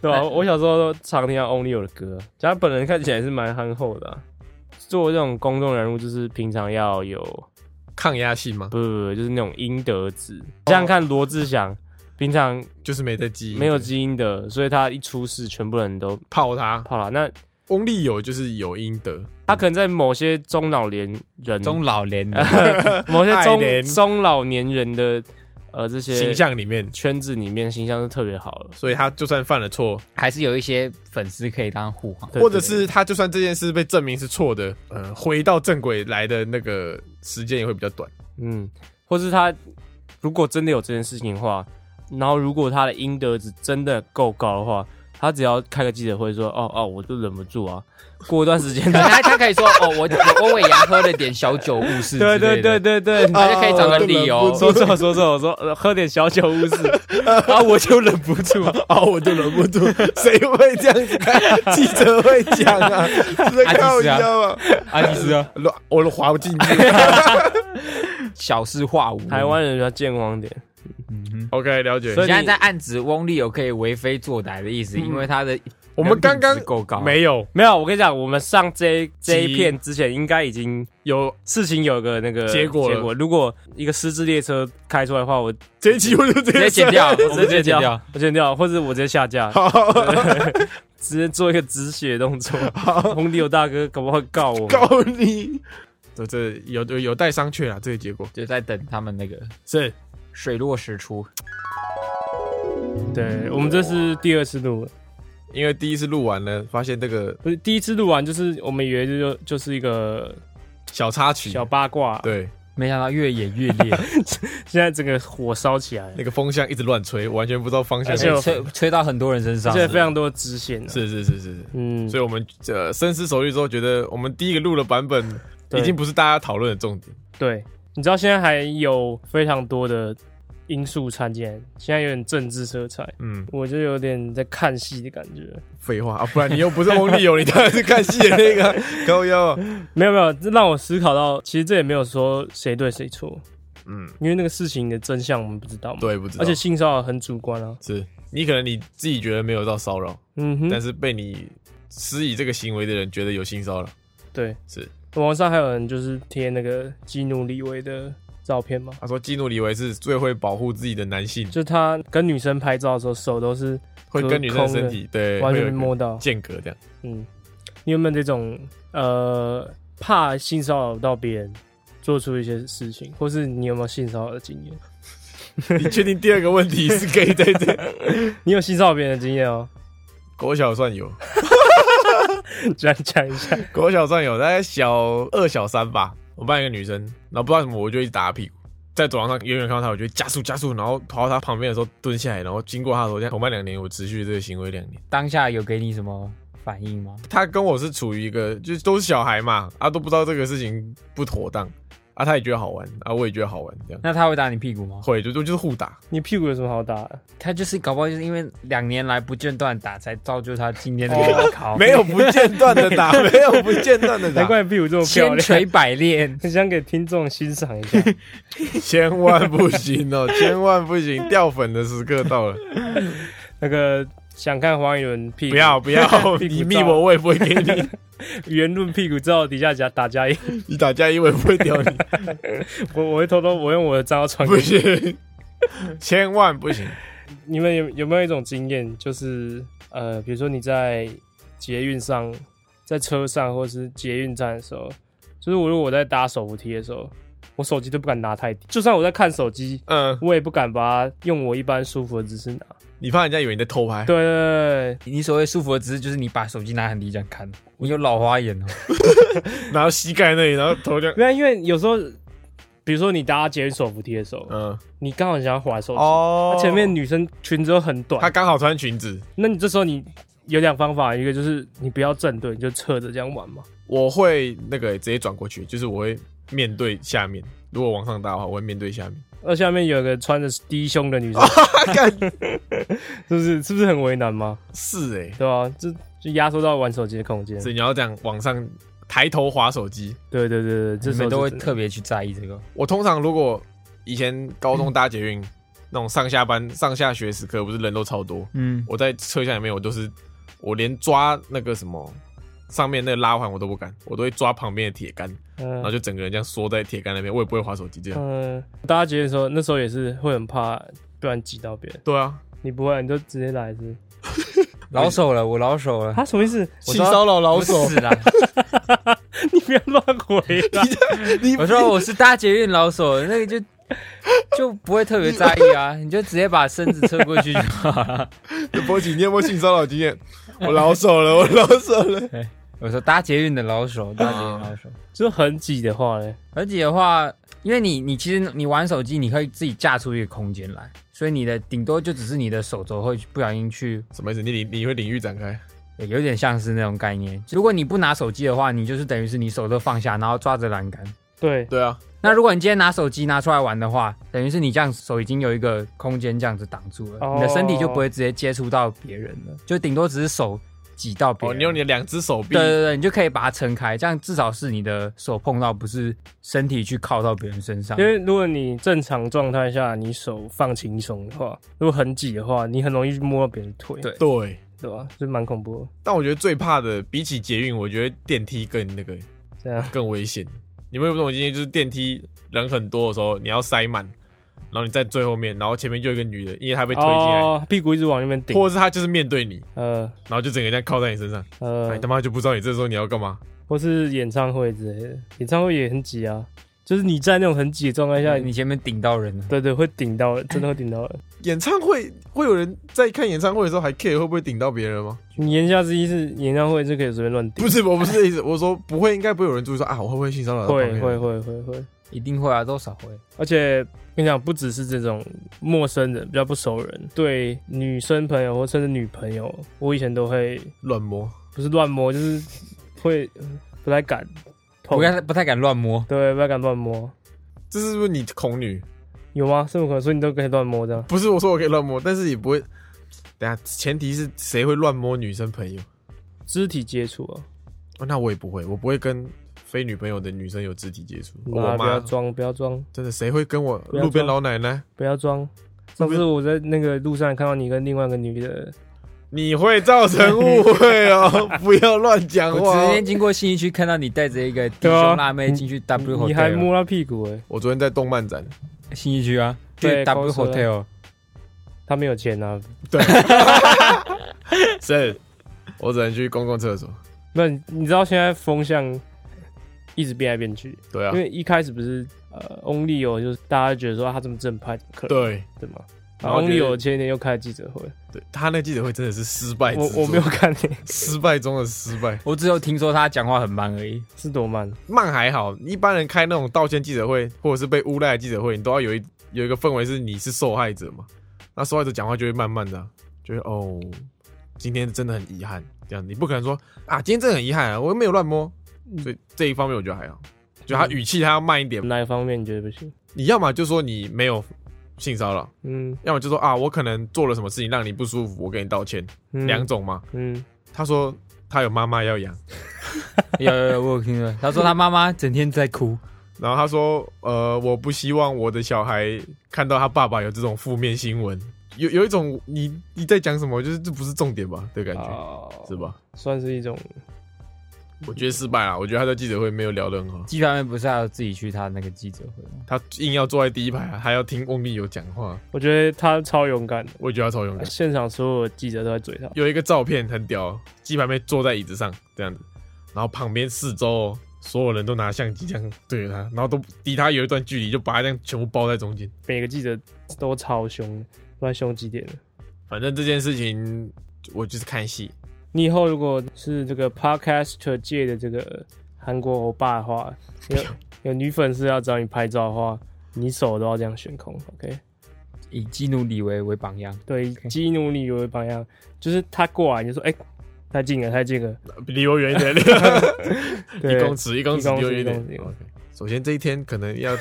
C: 对啊，我小时候常听到 Only 有的歌，他本人看起来是蛮憨厚的啊、作为这种公众人物，就是平常要有
B: 抗压性吗？
C: 不不不，就是那种应得值。这样看罗志祥，平常
B: 就是没得鸡，
C: 没有基因的，所以他一出事，全部人都
B: 泡他。
C: 怕了。那
B: 翁立友就是有应得，
C: 他可能在某些中老年人、
D: 中老年 人
C: 某些
B: 爱莲
C: 中中老年人的呃这些
B: 形象里面，
C: 圈子里面形象是特别好了。
B: 所以他就算犯了错，
D: 还是有一些粉丝可以当护航。
C: 对
B: 或者是他就算这件事被证明是错的，呃，回到正轨来的那个时间也会比较短。
C: 嗯，或是他如果真的有这件事情的话，然后如果他的应得值真的够高的话，他只要开个记者会说，哦哦，我就忍不住啊，过一段时间
D: 可能 他
C: 他，
D: 他可以说哦，我我我尾牙喝了点小酒误事，
C: 对对对，对对，
D: 他就可以找个理由
B: 哦
C: 说错说错，我说呃喝点小酒误事， 啊，我就忍不住，
B: 啊，我就忍不住，谁会这样子开记者会讲 啊？是在
D: 啊
B: 靠
D: 其实啊
B: 腰 啊，
D: 阿迪斯啊，
B: 乱我都滑不进去。
D: 小事化无。
C: 台湾人比较健忘点，
D: 嗯哼，
B: OK，了解
C: 所以
D: 现在
C: 你
D: 在暗指翁立友可以为非作歹的意思，因为他的
B: 嗯我们刚刚
D: 人品值够高，
B: 没有
C: 没有，我跟你讲，我们上这一这
B: 急
C: 一片之前，应该已经
B: 有
C: 事情有个那个
B: 结果了
C: 结果，如果一个失智列车开出来的话，我直
B: 这一啊期我就直
D: 直接剪
B: 删
D: 掉，
B: 了
D: 我们直接剪掉。，
C: 我剪掉，或者我直接下 架，
B: 好，
C: 直接做一个止血 动作。红迪友大哥搞不好会告我。
B: 告 你。这这有有有待商榷啊，这个结果
D: 就在等他们那个
B: 是
D: 水落石出。
C: 对我们这是第二次录了，啊
B: 因为第一次录完了，发现这个
C: 不是第一次录完，就是我们以为就就是一个
B: 小插曲，
C: 小八卦，，
B: 对
D: 没想到越演越烈，
C: 现在整个火烧起来了，
B: 那个风向一直乱吹，完全不知道方向
C: 而
B: 在哪。
C: 且
D: 吹吹到很多人身上
C: 现。在非常多的支线了。，
B: 是是是是是，
C: 嗯，
B: 所以我们呃深思熟虑之后，觉得我们第一个录的版本
C: 对
B: 已经不是大家讨论的重点。
C: 对，你知道现在还有非常多的因素参见，现在有点政治色彩，
B: 嗯，
C: 我就有点在看戏的感觉。
B: 废话啊，不然你又不是翁立友，你当然是看戏的那个 啊高腰啊。
C: 没有没有，这让我思考到，其实这也没有说谁对谁错，
B: 嗯，
C: 因为那个事情的真相我们不知道嘛。，
B: 对，不知道。
C: 而且性骚扰很主观啊。
B: 是你可能你自己觉得没有到骚扰，
C: 嗯哼，
B: 但是被你施以这个行为的人觉得有性骚扰，
C: 对，
B: 是
C: 网上还有人就是贴那个基努里维的照片嘛，
B: 他说基努里维是最会保护自己的男性，
C: 就是他跟女生拍照的时候，手都是
B: 会跟女生的身体对
C: 完
B: 会有
C: 全
B: 一个
C: 摸到。
B: 间隔这样。
C: 嗯，你有没有这种呃怕性骚扰到别人，做出一些事情，或是你有没有性骚扰的经验？
B: 你确定第二个问题是可以在 这？
C: 你有性骚扰别人的经验哦，
B: 国小算有，
C: 讲讲一下。
B: 国小算有，大概小二小三吧。我班有一个女生，然后不知道为什么我就一直打她屁股，在走廊上远远看到她，我就加速加速，然后跑到她旁边的时候蹲下来，然后经过她的时候，这样同班两年，我持续这个行为两年。
D: 当下有给你什么反应吗？
B: 他跟我是处于一个就是都是小孩嘛，啊都不知道这个事情不妥当，啊他也觉得好玩，啊我也觉得好玩，这样
D: 那他会打你屁股吗？
B: 会就就就是互 打，
C: 你屁股有什么好打的？
B: 啊
D: 他就是搞不好就是因为两年来不间断打，才造就他今天这个高考。
B: 没有不间断的打，没有不间断的
C: 难
B: 打，
C: 怪你屁股这么漂
D: 千锤
C: 亮，
D: 百炼，
C: 很 想给听众欣赏一下。
B: 千万不行哦，千万不行，掉粉的时刻到了，
C: 那个想看黄以伦屁股，
B: 不要不 要，
C: 屁股
B: 你
C: 照
B: 密我我也不会给你，
C: 言论屁股之后底下加打加一，
B: 你打架因为不会屌 你，
C: 我我会偷偷我用我的账号传给
B: 不
C: 你。
B: 行，千万不行，
C: 你们有有没有一种经验，就是呃，比如说你在捷运上、在车上或是捷运站的时候，就是我如果我在搭手扶梯的时候，我手机都不敢拿太低，就算我在看手机，
B: 嗯，
C: 我也不敢把它用我一般舒服的姿势拿。
B: 你怕人家以为你在偷拍，
C: 对对对
D: 你所谓舒服的姿势就是你把手机拿很低这样看，你有老花眼哦。
B: 然后膝盖那里，然后头这样，
C: 对，没有因为有时候比如说你搭捷运手扶梯的时候，
B: 嗯，
C: 你刚好想要滑手机，
B: 哦
C: 它前面女生裙子又很
B: 他
C: 短，
B: 刚好穿裙子，
C: 那你这时候你有两方法，一个就是你不要正对，你就侧着这样玩嘛。
B: 我会那个直接转过去，就是我会面对下面。如果往上搭的话，我会面对下面。
C: 那下面有一个穿着低胸的
D: 哦
C: 女生，
B: 干
C: 是不是是不是很为难吗？
B: 是哎、
C: 对吧、这就压缩到玩手机的空间。
B: 所以你要这样往上抬头划手机。
C: 对对对对，这
D: 你
C: 时候
D: 们
C: 就
D: 都会
C: 真的
D: 特别去在意这个。
B: 我通常如果以前高中搭捷运、那种上下班、上下学时刻，不是人都超多，
D: 嗯，
B: 我在车厢里面，我都是我连抓那个什么上面那个拉环我都不敢，我都会抓旁边的铁杆，然后
C: 嗯
B: 就整个人这样缩在铁杆那边，我也不会划手机这样。
C: 嗯，大家觉得说那时候也是会很怕，不然挤到别人。
B: 对啊，
C: 你不会，你就直接来是不是？
D: 老手了，我老手了。
C: 他什么意思？
D: 我
B: 性
D: 说
B: 骚扰老
D: 不
B: 手，
D: 是啦，
C: 你不要乱回答。
B: 你
D: 我说我是搭捷运老手，那个就就不会特别在意啊，你就直接把身子侧过去就好了。
B: 波奇，你有没有性骚扰经验？我老手了，我老手了。
D: 我说搭捷运的老手，搭捷运老手。
C: 就很挤的话呢，
D: 而且的话，因为你你其实你玩手机，你可以自己架出一个空间来，所以你的顶多就只是你的手肘会不小心去，
B: 什么意思？你领你会领域展开？
D: 呃有点像是那种概念。如果你不拿手机的话，你就是等于是你手都放下，然后抓着栏杆。
C: 对，
B: 对啊，
D: 那如果你今天拿手机拿出来玩的话，等于是你这样手已经有一个空间这样子挡住了，
C: 哦
D: 你的身体就不会直接接触到别人了，就顶多只是手挤到别
B: 哦，
D: 人。
B: 你用你的两只手臂
D: 对对对，你就可以把它撑开，这样至少是你的手碰到，不是身体去靠到别人身上。
C: 因为如果你正常状态下你手放轻松的话，如果很挤的话，你很容易去摸到别人的腿，
D: 对
B: 对。
C: 对吧？就蛮恐怖的。
B: 但我觉得最怕的，比起捷运，我觉得电梯更那个
C: 这样，
B: 更危险。你们有没有这种经验？就是电梯人很多的时候，你要塞满，然后你在最后面，然后前面就有一个女的，因为她被推进来，
C: 哦，屁股一直往那边顶，
B: 或者是她就是面对你，
C: 呃
B: 然后就整个这样靠在你身上，哎、
C: 呃
B: 他，妈就不知道你这时候你要干嘛。
C: 或是演唱会之类的，演唱会也很挤啊，就是你在那种很挤的状态下，
D: 像
B: 嗯
D: 你前面顶到人了。啊
C: 对对，会顶到人，真的会顶到人。
B: 演唱会会有人在看演唱会的时候还 care 会不会顶到别人吗？
C: 你言下之意是演唱会就可以随便乱 顶
B: 不，是，我不是这意思，我说不会，应该不会有人注意说啊，我会不会性骚扰到旁边
C: 会
B: 人？
C: 会会会会，
D: 一定会啊，多少会。
C: 而且跟你讲，不只是这种陌生人，比较不熟人，对女生朋友或甚至女朋友，我以前都会
B: 乱摸。
C: 不是乱摸，就是会不太敢碰
D: 不，太不太敢乱摸，
C: 对，不太敢乱摸。
B: 这是不是你恐女？
C: 有吗？这么可能，所以你都可以乱摸这样？
B: 不是我说我可以乱摸，但是也不会。等一下，前提是谁会乱摸女生朋友？
C: 肢体接触啊，
B: 哦，那我也不会，我不会跟非女朋友的女生有肢体接触。哦
C: 啊
B: 我
C: 不要
B: 妈
C: 装，不要装，
B: 真的谁会跟我
C: 要
B: 路边
C: 装
B: 老奶奶？
C: 不要装。上次我在那个路上看到你跟另外一个女的，
B: 你会造成误会哦， 不要乱讲
D: 我
B: 话哦、
D: 直接经过信义区，看到你带着一个弟
C: 对啊
D: 兄辣妹进去 W
C: 你
D: Hotel，
C: 你
B: 啊
C: 还摸她屁股哎、
B: 我昨天在动漫展，
D: 信义区啊？
C: 对
D: 去 W
C: 高速啊
D: Hotel，
C: 她没有钱啊，
B: 对，是，我只能去公共厕所。
C: 那你你知道现在风向一直变来变去，
B: 对啊
C: 因，为一开始不是呃翁立友就是大家觉得说啊他这么正派，怎么可能
B: 对，
C: 对吗？然
B: 然
C: 后
B: 后
C: 翁立
B: 觉得
C: 友前几天又开记者会，
B: 对他那记者会真的是失败之
C: 我
B: 作
C: 我没有 看、欸，
B: 失败中的失败。
D: 我只有听说他讲话很慢而已。
C: 是多慢？
B: 慢还好，一般人开那种道歉记者会或者是被诬赖的记者会，你都要有一有一个氛围是你是受害者嘛。那受害者讲话就会慢慢的、啊，就是哦，今天真的很遗憾，这样你不可能说啊，今天真的很遗憾、啊，我又没有乱摸，所以这一方面我觉得还好，就
C: 嗯
B: 他语气他要慢一点。
C: 哪一方面你觉得不行？
B: 你要么就说你没有性骚扰，
C: 嗯，
B: 要么就说啊，我可能做了什么事情让你不舒服，我给你道歉，
C: 嗯
B: 两、种嘛。
C: 嗯，
B: 他说他有妈妈要养，
D: 有有有，我有听说，他说他妈妈整天在哭，
B: 然后他说：“呃，我不希望我的小孩看到他爸爸有这种负面新闻，有有一种你你在讲什么，就是这不是重点吧的感觉，
C: 哦
B: 是吧？
C: 算是一种
B: 我觉得失败了，我觉得他在记者会没有聊得很好，
D: 鸡排妹不是还要自己去他那个记者会吗？
B: 他硬要坐在第一排啊，还要听翁立友讲话，
C: 我觉得他超勇敢的，
B: 我也觉得他超勇敢。
C: 现场所有的记者都在追他。
B: 有一个照片很屌，鸡排妹坐在椅子上这样子，然后旁边四周哦所有人都拿相机这样对着他，然后都离他有一段距离，就把他这样全部包在中间。
C: 每个记者都超凶，不知道凶几点了。
B: 反正这件事情，我就是看戏，
C: 你以后如果是这个 podcaster 界的这个韩国欧巴的话，有 有女粉丝要找你拍照的话，你手都要这样悬空，OK？
D: 以基努里维为榜样，
C: 对，激怒你为榜样，就是他过来你就说，哎、太近了，太近了，
A: 离我远一点，离
C: 对
A: 一公尺一公
C: 一
A: 尺
C: 公
A: 离
C: 尺
A: 我远一
C: 一
A: 点。
C: 公
A: OK
C: 尺
B: 首先这一天可能要，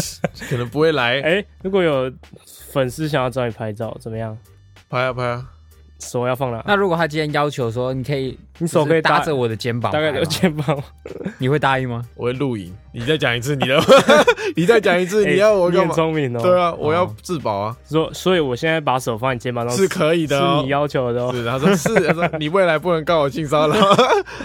B: 可能不会来，
C: 哎、如果有粉丝想要找你拍照，怎么样？
B: 拍啊拍啊，
C: 手要放哪？
D: 那如果他今天要求说，你可以，
C: 你手可以
D: 搭
C: 搭
D: 着我的肩膀
C: 大
D: 拍吗，
C: 概有肩膀。
D: 你会答应吗？
B: 我会录影。你再讲一次你 的，你再讲一次
C: 哎
B: 你要我
C: 你
B: 干
C: 很
B: 嘛？
C: 聪明哦。
B: 对啊，我要自保啊，
C: 所所以，我现在把手放你肩膀上
B: 是可以的
C: 是
B: 哦
C: 你。要求的哦。
B: 是，他说 是，他说你未来不能告我性骚扰。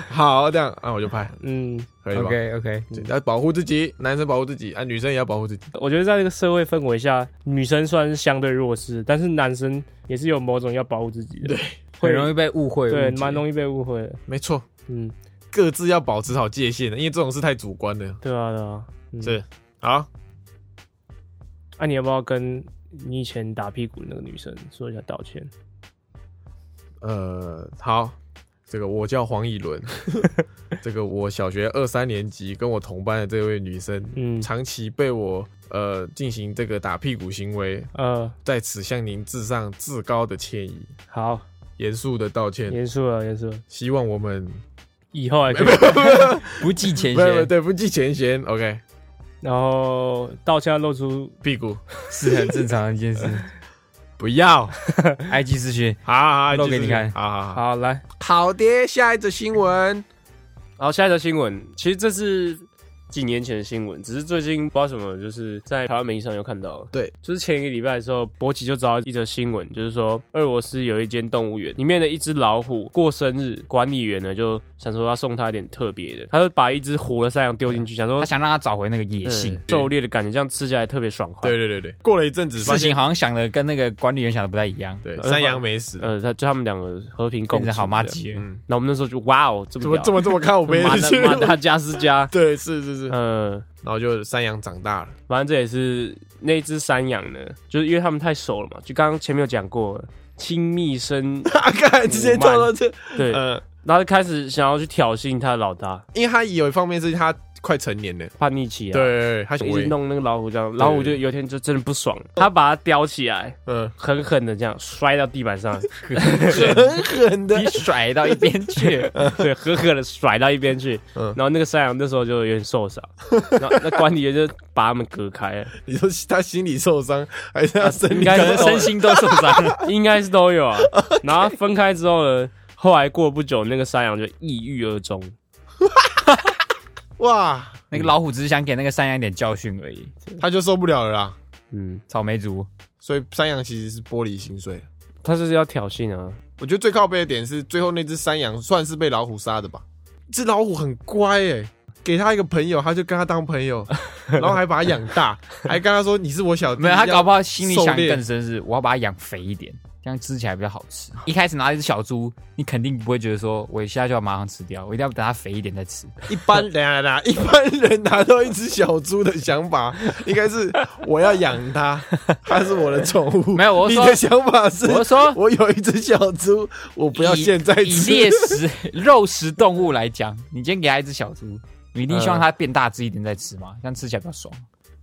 B: 好，这样，那啊我就拍，
C: 嗯，
B: 可以吧？
D: OK OK，
B: 对要保护自己，男生保护自己，啊，女生也要保护自己。
C: 我觉得在这个社会氛围下，女生算是相对弱势，但是男生也是有某种要保护自己的，对，
D: 很容易被误会，
C: 对，
D: 误解
C: 蛮容易被误会的。
B: 没错，
C: 嗯，
B: 各自要保持好界限的，因为这种事太主观了。
C: 对啊，对啊。嗯
B: 是，好，
C: 那、你要不要跟你以前打屁股的那个女生说一下道歉？
B: 呃，好，这个我叫黄以 伦，这个我小学二三年级跟我同班的这位女生，
C: 嗯，
B: 长期被我呃进行这个打屁股行为，
C: 呃，
B: 在此向您致上至高的歉意，
C: 好，
B: 严肃的道歉，
C: 严肃了，严肃了，
B: 希望我们
C: 以后还可以。
D: 不计前
B: 不不
D: 嫌，
B: 对不计前嫌，OK，
C: 然后道歉要露出
B: 屁股
D: 是很正常的一件 事。
B: 不要，
D: IG 资讯，
B: 好好好，
D: 露
B: 继
D: 给
B: 续
D: 你看
B: 好好好，
C: 好来。
B: 好的，下一则新闻，
C: 然后下一条新闻，其实这是几年前的新闻，只是最近不知道什么，就是在台湾媒体上又看到了。
B: 对，
C: 就是前一个礼拜的时候，博奇就找到一则新闻，就是说俄罗斯有一间动物园，里面的一只老虎过生日，管理员呢就想说要送它一点特别的，他就把一只活的山羊丢进去，想说
D: 他想让他找回那个野
C: 嗯
D: 性。
C: 狩猎的感觉，这样吃起来特别爽快。
B: 对，对对对，过了一阵子发
D: 事情
B: 现，
D: 好像想的跟那个管理员想的不太一样，
B: 对，山羊没死，
C: 呃，他就他们两个和平共
D: 变
C: 处，
D: 成好妈。鸡了。
B: 嗯，
C: 那我们那时候就哇哦，这
B: 怎
C: 么
B: 么这
C: 么
B: 么这么看我没
C: 马
B: 去，
C: 达？马达加斯加
B: 对，是是是，然
C: 呃。
B: 后就山羊长大了，
C: 反正这也是那只山羊呢，就是因为他们太熟了嘛，就刚刚前面有讲过了，亲密 生
B: 大概直接跳到这，
C: 对，
B: 呃，
C: 然后就开始想要去挑衅他的老大，
B: 因为他有一方面是他快成年了，
C: 叛逆期啊，，
B: 对，他
C: 一直，弄那个老虎这样，
B: 对
C: 老虎就有一天就真的不爽，他把它叼起来，
B: 嗯，
C: 狠狠的这样摔到地板上，
B: 狠狠的
D: 你，甩 到一边去，
C: 对，狠狠的甩到一边去，
B: 嗯
C: 然后那个山羊那时候就有点受伤，然后那管理员就把他们隔开了，
B: 你说他心理受伤还是他身
C: 应
B: 体？
C: 该
D: 可
C: 是
D: 能
C: 都
D: 身心都受伤了。
C: 应该是都有啊。然后分开之后呢，后来过不久，那个山羊就抑郁而终。
B: 哇，
D: 那个老虎只是想给那个山羊一点教训而已。
B: 他就受不了了啦。
C: 嗯，
D: 草莓族，
B: 所以山羊其实是玻璃心碎。
C: 他就是要挑衅啊。
B: 我觉得最靠背的点是，最后那只山羊算是被老虎杀的吧？这老虎很乖诶、给他一个朋友，他就跟他当朋 友，然后还把他养大，还跟他说你是我小弟。
D: 没有他
B: 要
D: 搞不好心里
B: 狩
D: 想
B: 猎
D: 更深是，我要把它养肥一点，这样吃起来比较好 吃。一开始拿一只小猪，你肯定不会觉得说我一下就要马上吃掉，我一定要等它肥一点再吃。
B: 一般 等一下等一下，一般人拿到一只小猪的想法， 应该是我要养它，它是我的宠物。
D: 没有我
B: 你
D: 说
B: 的想法是，
D: 我说
B: 我有一只小猪，我不要
D: 以
B: 现在
D: 以猎
B: 吃。
D: 食肉食动物来讲，你今天给它一只小猪，你一定希望它变大只一点再吃
B: 嗯
D: 嘛，这样吃起来比较爽。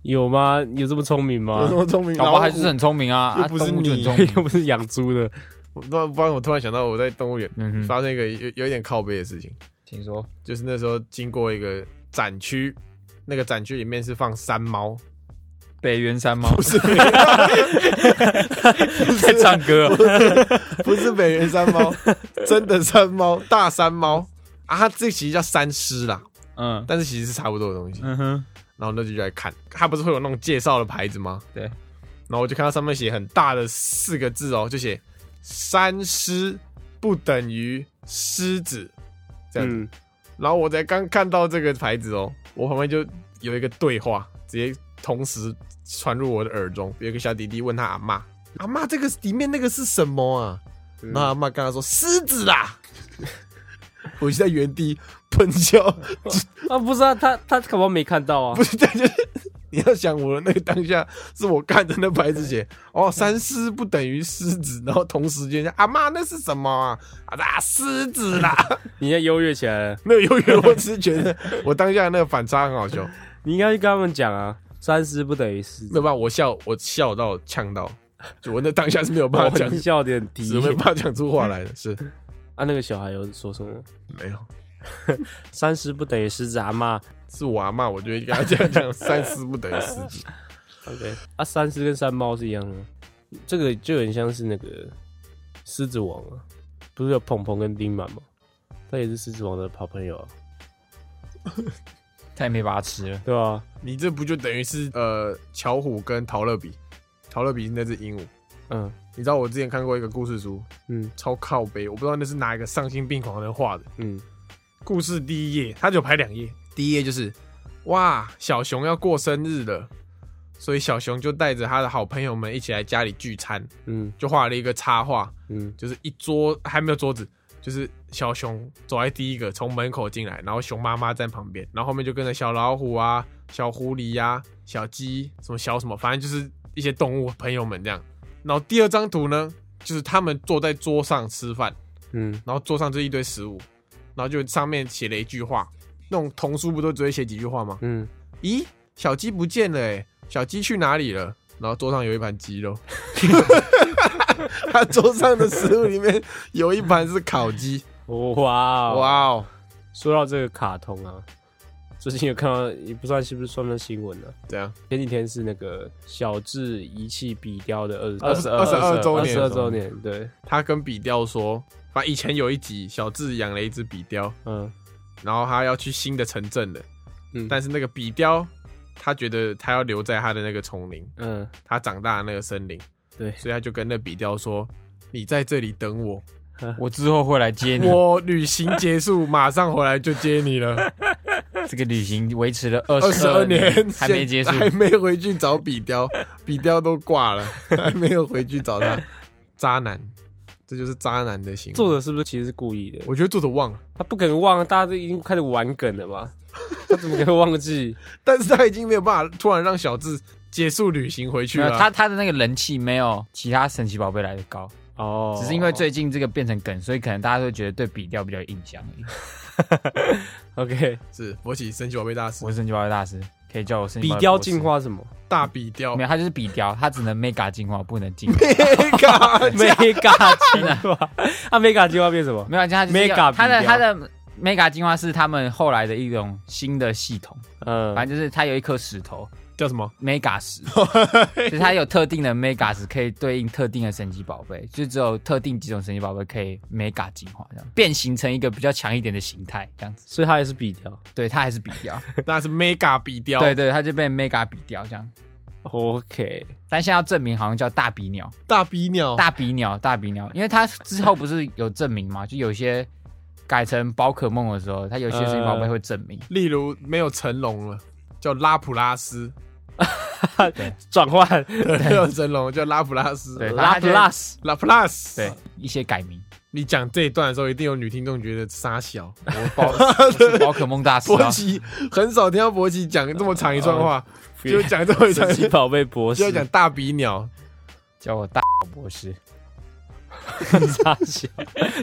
C: 有吗？有这么聪明
B: 有
C: 吗
B: 这？么聪明？
D: 搞
B: 老
D: 不
B: 虎
D: 好还是很聪明啊，
B: 又
D: 啊
B: 不是
D: 动物就很
B: 你
D: 聪明
C: 又不是养猪的，
B: 我突然，不然我突然想到，我在动物园
D: 嗯哼，
B: 发生一个有有一点靠背的事情，
D: 请说。
B: 就是那时候经过一个展区，那个展区里面是放山猫，
D: 北原山猫
B: 不是
D: 在唱歌
C: 啊
D: 哦，
B: 不是北原山猫，真的山猫，大山猫啊，它这其实叫山狮啦，
D: 嗯
B: 但是其实是差不多的东西。
D: 嗯哼，
B: 然后那就来看，它不是会有那种介绍的牌子吗？
D: 对
B: 然后我就看到上面写很大的四个字哦，就写“山狮不等于狮子”这样子。
C: 嗯，
B: 然后我才刚看到这个牌子哦，我旁边就有一个对话，直接同时传入我的耳中。有一个小弟弟问他阿妈：“阿妈，这个里面那个是什么啊？”那、阿妈跟他说：“狮子啦。” 我就在原地喷笑，
C: 啊，不是啊，他他可能没看到啊
B: 不，是，这就是你要想我的那个当下，是我看着那牌子写哦，三狮不等于狮子，然后同时间阿妈那是什么啊？啊，狮子啦！
C: 你要优越起来了，
B: 那由于我只是觉得我当下那个反差很好笑，
C: 你应该去跟他们讲啊，三思不等于失。
B: 没有办法，我笑我笑到呛到，就我那当下是没有办
C: 我
B: 法讲
C: 很，笑点低
B: 只没有办法讲出话来的，是
C: 啊，那个小孩有说什么？
B: 没有。
C: 三十不等于狮子阿妈
B: 是我阿妈，我就会跟她这样讲，三思不等于四子。
C: ，OK，啊，三狮跟山猫是一样的吗，这个就很像是那个狮子王啊，不是有鹏鹏跟丁满吗？他也是狮子王的好朋友啊，
D: 他也没把它吃了。
C: 对啊，
B: 你这不就等于是呃，巧虎跟陶乐比，陶乐比是那只鹦鹉。
C: 嗯
B: 你知道我之前看过一个故事书，
C: 嗯
B: 超靠背，我不知道那是哪一个丧心病狂的人画的。
C: 嗯，
B: 故事第一页，它就排两页，第一页就是哇，小熊要过生日了，所以小熊就带着他的好朋友们一起来家里聚餐，
C: 嗯
B: 就画了一个插画，
C: 嗯
B: 就是一桌还没有桌子，就是小熊走在第一个从门口进来，然后熊妈妈在旁边，然后后面就跟着小老虎啊、小狐狸呀、小鸡什么小什么，反正就是一些动物朋友们这样。然后第二张图呢，就是他们坐在桌上吃饭，
C: 嗯
B: 然后桌上这一堆食物，然后就上面写了一句话，那种童书不都只会写几句话吗？
C: 嗯，
B: 咦，小鸡不见了哎、小鸡去哪里了？然后桌上有一盘鸡肉，他桌上的食物里面有一盘是烤鸡，
C: 哦哇哇，
B: 哇哦，
C: 说到这个卡通啊，最近有看到也不算是不是算不算新闻啊？
B: 怎样？
C: 前几天是那个小智遗弃笔雕的二
B: 二十22周年
C: 二十二周年，对，
B: 他跟比雕说，反正以前有一集小智养了一只比雕，
C: 嗯
B: 然后他要去新的城镇了，
C: 嗯，
B: 但是那个比雕他觉得他要留在他的那个丛林，
C: 嗯
B: 他长大的那个森林，
C: 对
B: 所以他就跟那比雕说：“你在这里等我，
D: 我之后会来接你。
B: 我旅行结束马上回来就接你了。
D: 这个旅行维持了二
B: 二十二年
D: 年，还没结束
B: 现。在 还没回去找比雕，比雕都挂了， 还没有回去找他。渣男，这就是渣男的行为。
C: 作者是不是其实是故意的？
B: 我觉得作者忘了，
C: 他不可能忘，大家都已经开始玩梗了 嘛，他怎么可能忘记？
B: 但是他已经没有办法突然让小智结束旅行回去
D: 没有
B: 了。
D: 他他的那个人气没有其他神奇宝贝来的高，
C: 哦，
D: 只是因为最近这个变成梗，所以可能大家都觉得对比调比较有印象而已。
C: OK
B: 是佛起神奇宝贝大师
D: 我是神奇宝贝大师，可以叫我神奇
C: 笔
D: 宝贝
C: 雕
D: 博士
C: 进，化什么
B: 大比雕
D: 没，有，他就是比雕，他只能 mega 进化，不能进化。
C: ？mega 进 化，啊 mega 进化变什么？
D: 没有，他就是要
C: mega
D: 他的
C: 比雕
D: 他的 mega 进化是他们后来的一种新的系统，
C: 嗯，
D: 反正就是他有一颗石头。
B: 叫什么？
D: mega 石，就是它有特定的 mega 石可以对应特定的神奇宝贝，就只有特定几种神奇宝贝可以 mega 进化，这样变形成一个比较强一点的形态，这样子。
C: 所以他也是笔雕。
D: 对，它还是比 掉，
B: 那是 mega 比雕。
D: 对对，它就被 mega 比掉这样。
C: OK，
D: 但现在要证明好像叫大鼻鸟，
B: 大比鸟，
D: 大鼻鸟，大鼻鸟，因为它之后不是有证明嘛，就有些改成宝可梦的时候，它有些神奇宝贝会证明。
B: 例如没有成龙了，叫拉普拉 斯；
C: 转换
B: 没有成龙叫拉普拉斯，
D: 对拉
C: 拉 plus
B: 拉普拉斯。
D: 对，，一些改名。
B: 你讲这一段的时候，一定有女听众觉得傻小。
D: 我宝 我是宝可梦大师、
B: 博
D: 啊，
B: 奇很少听到博奇讲这么长一串话， 就讲这么一
C: 哦神
B: 串，
C: 奇
B: 就
C: 宝贝博士
B: 要讲大比鸟。
D: 叫我大博士。
C: 傻笑，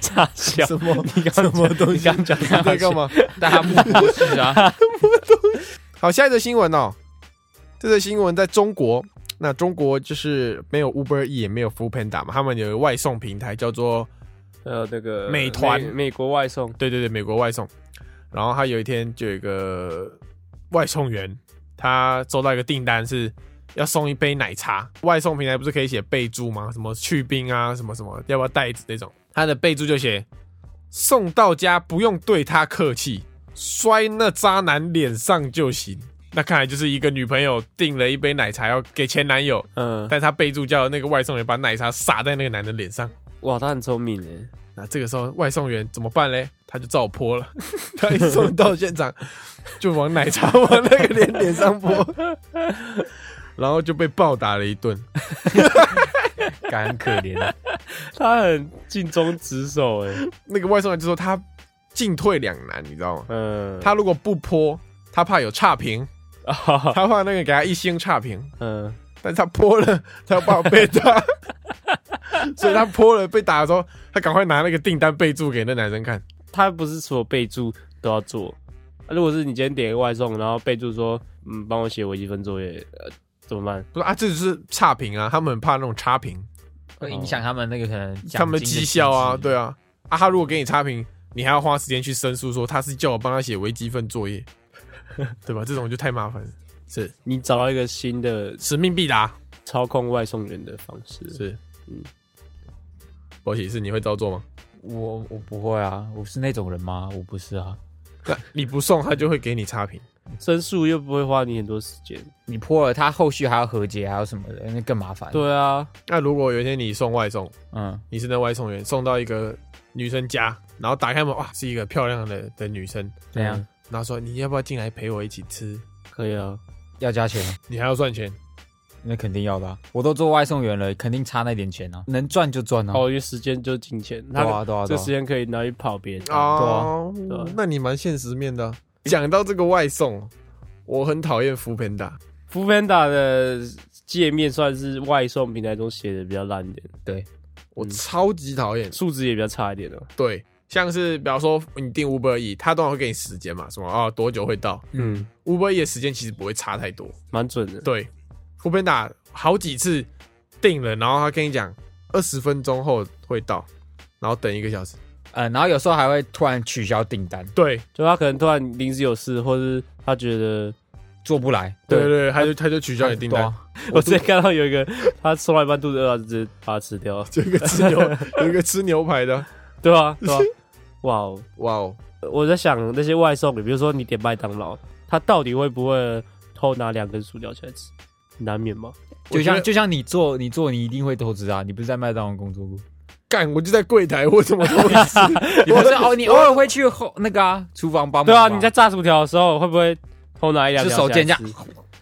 C: 傻笑。
B: 什么
C: 你刚什么东西？你刚讲
B: 你在干嘛？
D: 大木博士 啊，
B: 好，下一则新闻哦。这则新闻在中国，那中国就是没有 Uber E 也没有 Food Panda 嘛，他们有个外送平台叫做
C: 呃，那个
B: 美团
C: 美美国外送，
B: 对对对，美国外送。然后他有一天就有一个外送员，他收到一个订单是要送一杯奶茶。外送平台不是可以写备注吗？什么去冰啊，什么什么，要不要袋子那种？他的备注就写送到家不用对他客气，摔那渣男脸上就行。那看来就是一个女朋友订了一杯奶茶要给前男友，
C: 嗯，
B: 但她备注叫那个外送员把奶茶洒在那个男的脸上。
C: 哇，他很聪明诶，
B: 那这个时候外送员怎么办嘞？他就照泼了， 他一送到现场就往奶茶往那个脸脸上泼， 然后就被暴打了一顿。
D: 感很可怜。啊
C: 他很尽忠职守诶，
B: 那个外送员就说他进退两难，你知道吗？
C: 嗯，
B: 他如果不泼，他怕有差评；他画那个给他一星差评，
C: 嗯，
B: 但是他泼了，他报被打， 所以他泼了被打的时候，他赶快拿那个订单备注给那男生看。
C: 他不是所有备注都要做。啊如果是你今天点一个外送，然后备注说，嗯，帮我写微积分作业，呃，怎么办？
B: 不是啊，这就是差评啊，他们很怕那种差评，
D: 会影响他们那个可能奖金的
B: 他们的绩效啊，
D: 机制
B: 对啊，啊，他如果给你差评，你还要花时间去申诉说他是叫我帮他写微积分 作业，对吧？这种就太麻烦了，是
C: 你找到一个新的
B: 使命必达，
C: 操控外送员的方式。
B: 是，嗯
C: 嗯，
B: 保喜是你会照做吗？
D: 我我不会啊，我是那种人吗？我不是啊。
B: 那你不送他就会给你差评，
C: 申诉又不会花你很多时间。
D: 你破了，他后续还要和解，还有什么的，那更麻烦。，
C: 对啊，
B: 那如果有一天你送外送，
D: 嗯，
B: 你是那外送员，送到一个女生家，然后打开门，哇，是一个漂亮的的女生，嗯
D: 怎样？
B: 然后说你要不要进来陪我一起吃？
C: 可以啊。
D: 要加钱吗？
B: 你还要算钱，
D: 那肯定要的啊、我都做外送员了，肯定差那点钱啊，能赚就赚啊。
C: 哦，因为时间就是金钱，
D: 对
C: 他
D: 啊，对啊，对
C: 这时
D: 啊。
C: 间可以拿去跑别人。
B: 哦，
C: 对啊
B: 那你蛮现实面的啊、讲到这个外送，我很讨厌福平达，
C: f o o p a n d a 的界面算是外送平台中写的比较烂一点，
B: 我超级讨厌。
C: 素质也比较差一点哦。
B: 对，像是比方说你订 Uber E，他通常会给你时间嘛，什么啊、哦、多久会到
C: 嗯，
B: ？Uber E 的时间其实不会差太多。
C: 蛮准的。
B: 对，福平达好几次订了，然后他跟你讲二十分钟后会到，然后等一个小时。
D: 呃，然后有时候还会突然取消订单，
B: 对
C: 就他可能突然临时有事，或是他觉得，
D: 做不来，
B: 对
C: 对
B: 对对，他就他就取消你订
D: 对
B: 单
D: 啊。。
C: 我之前看到有一个他吃到一半肚子饿，他直接把它吃掉。
B: 有一个吃牛，有一个吃牛排的，
C: 对啊，对啊。哇哦，
B: 哇哦！
C: 我在想那些外送，比如说你点麦当劳，他到底会不会偷拿两根薯条起来吃？难免吧。
D: 就
B: 我觉
D: 像
B: 得
D: 就像你做你做你一定会投资啊，你不是在麦当劳 工作过？
B: 干，我就在柜台，我怎么都会吃？
D: 你不是 哦，你偶尔会去后那个啊厨房帮忙
C: 对啊，
D: 吧
C: 你在炸薯条的时候会不会偷拿一两
D: 就
C: 条？
D: 手贱这样，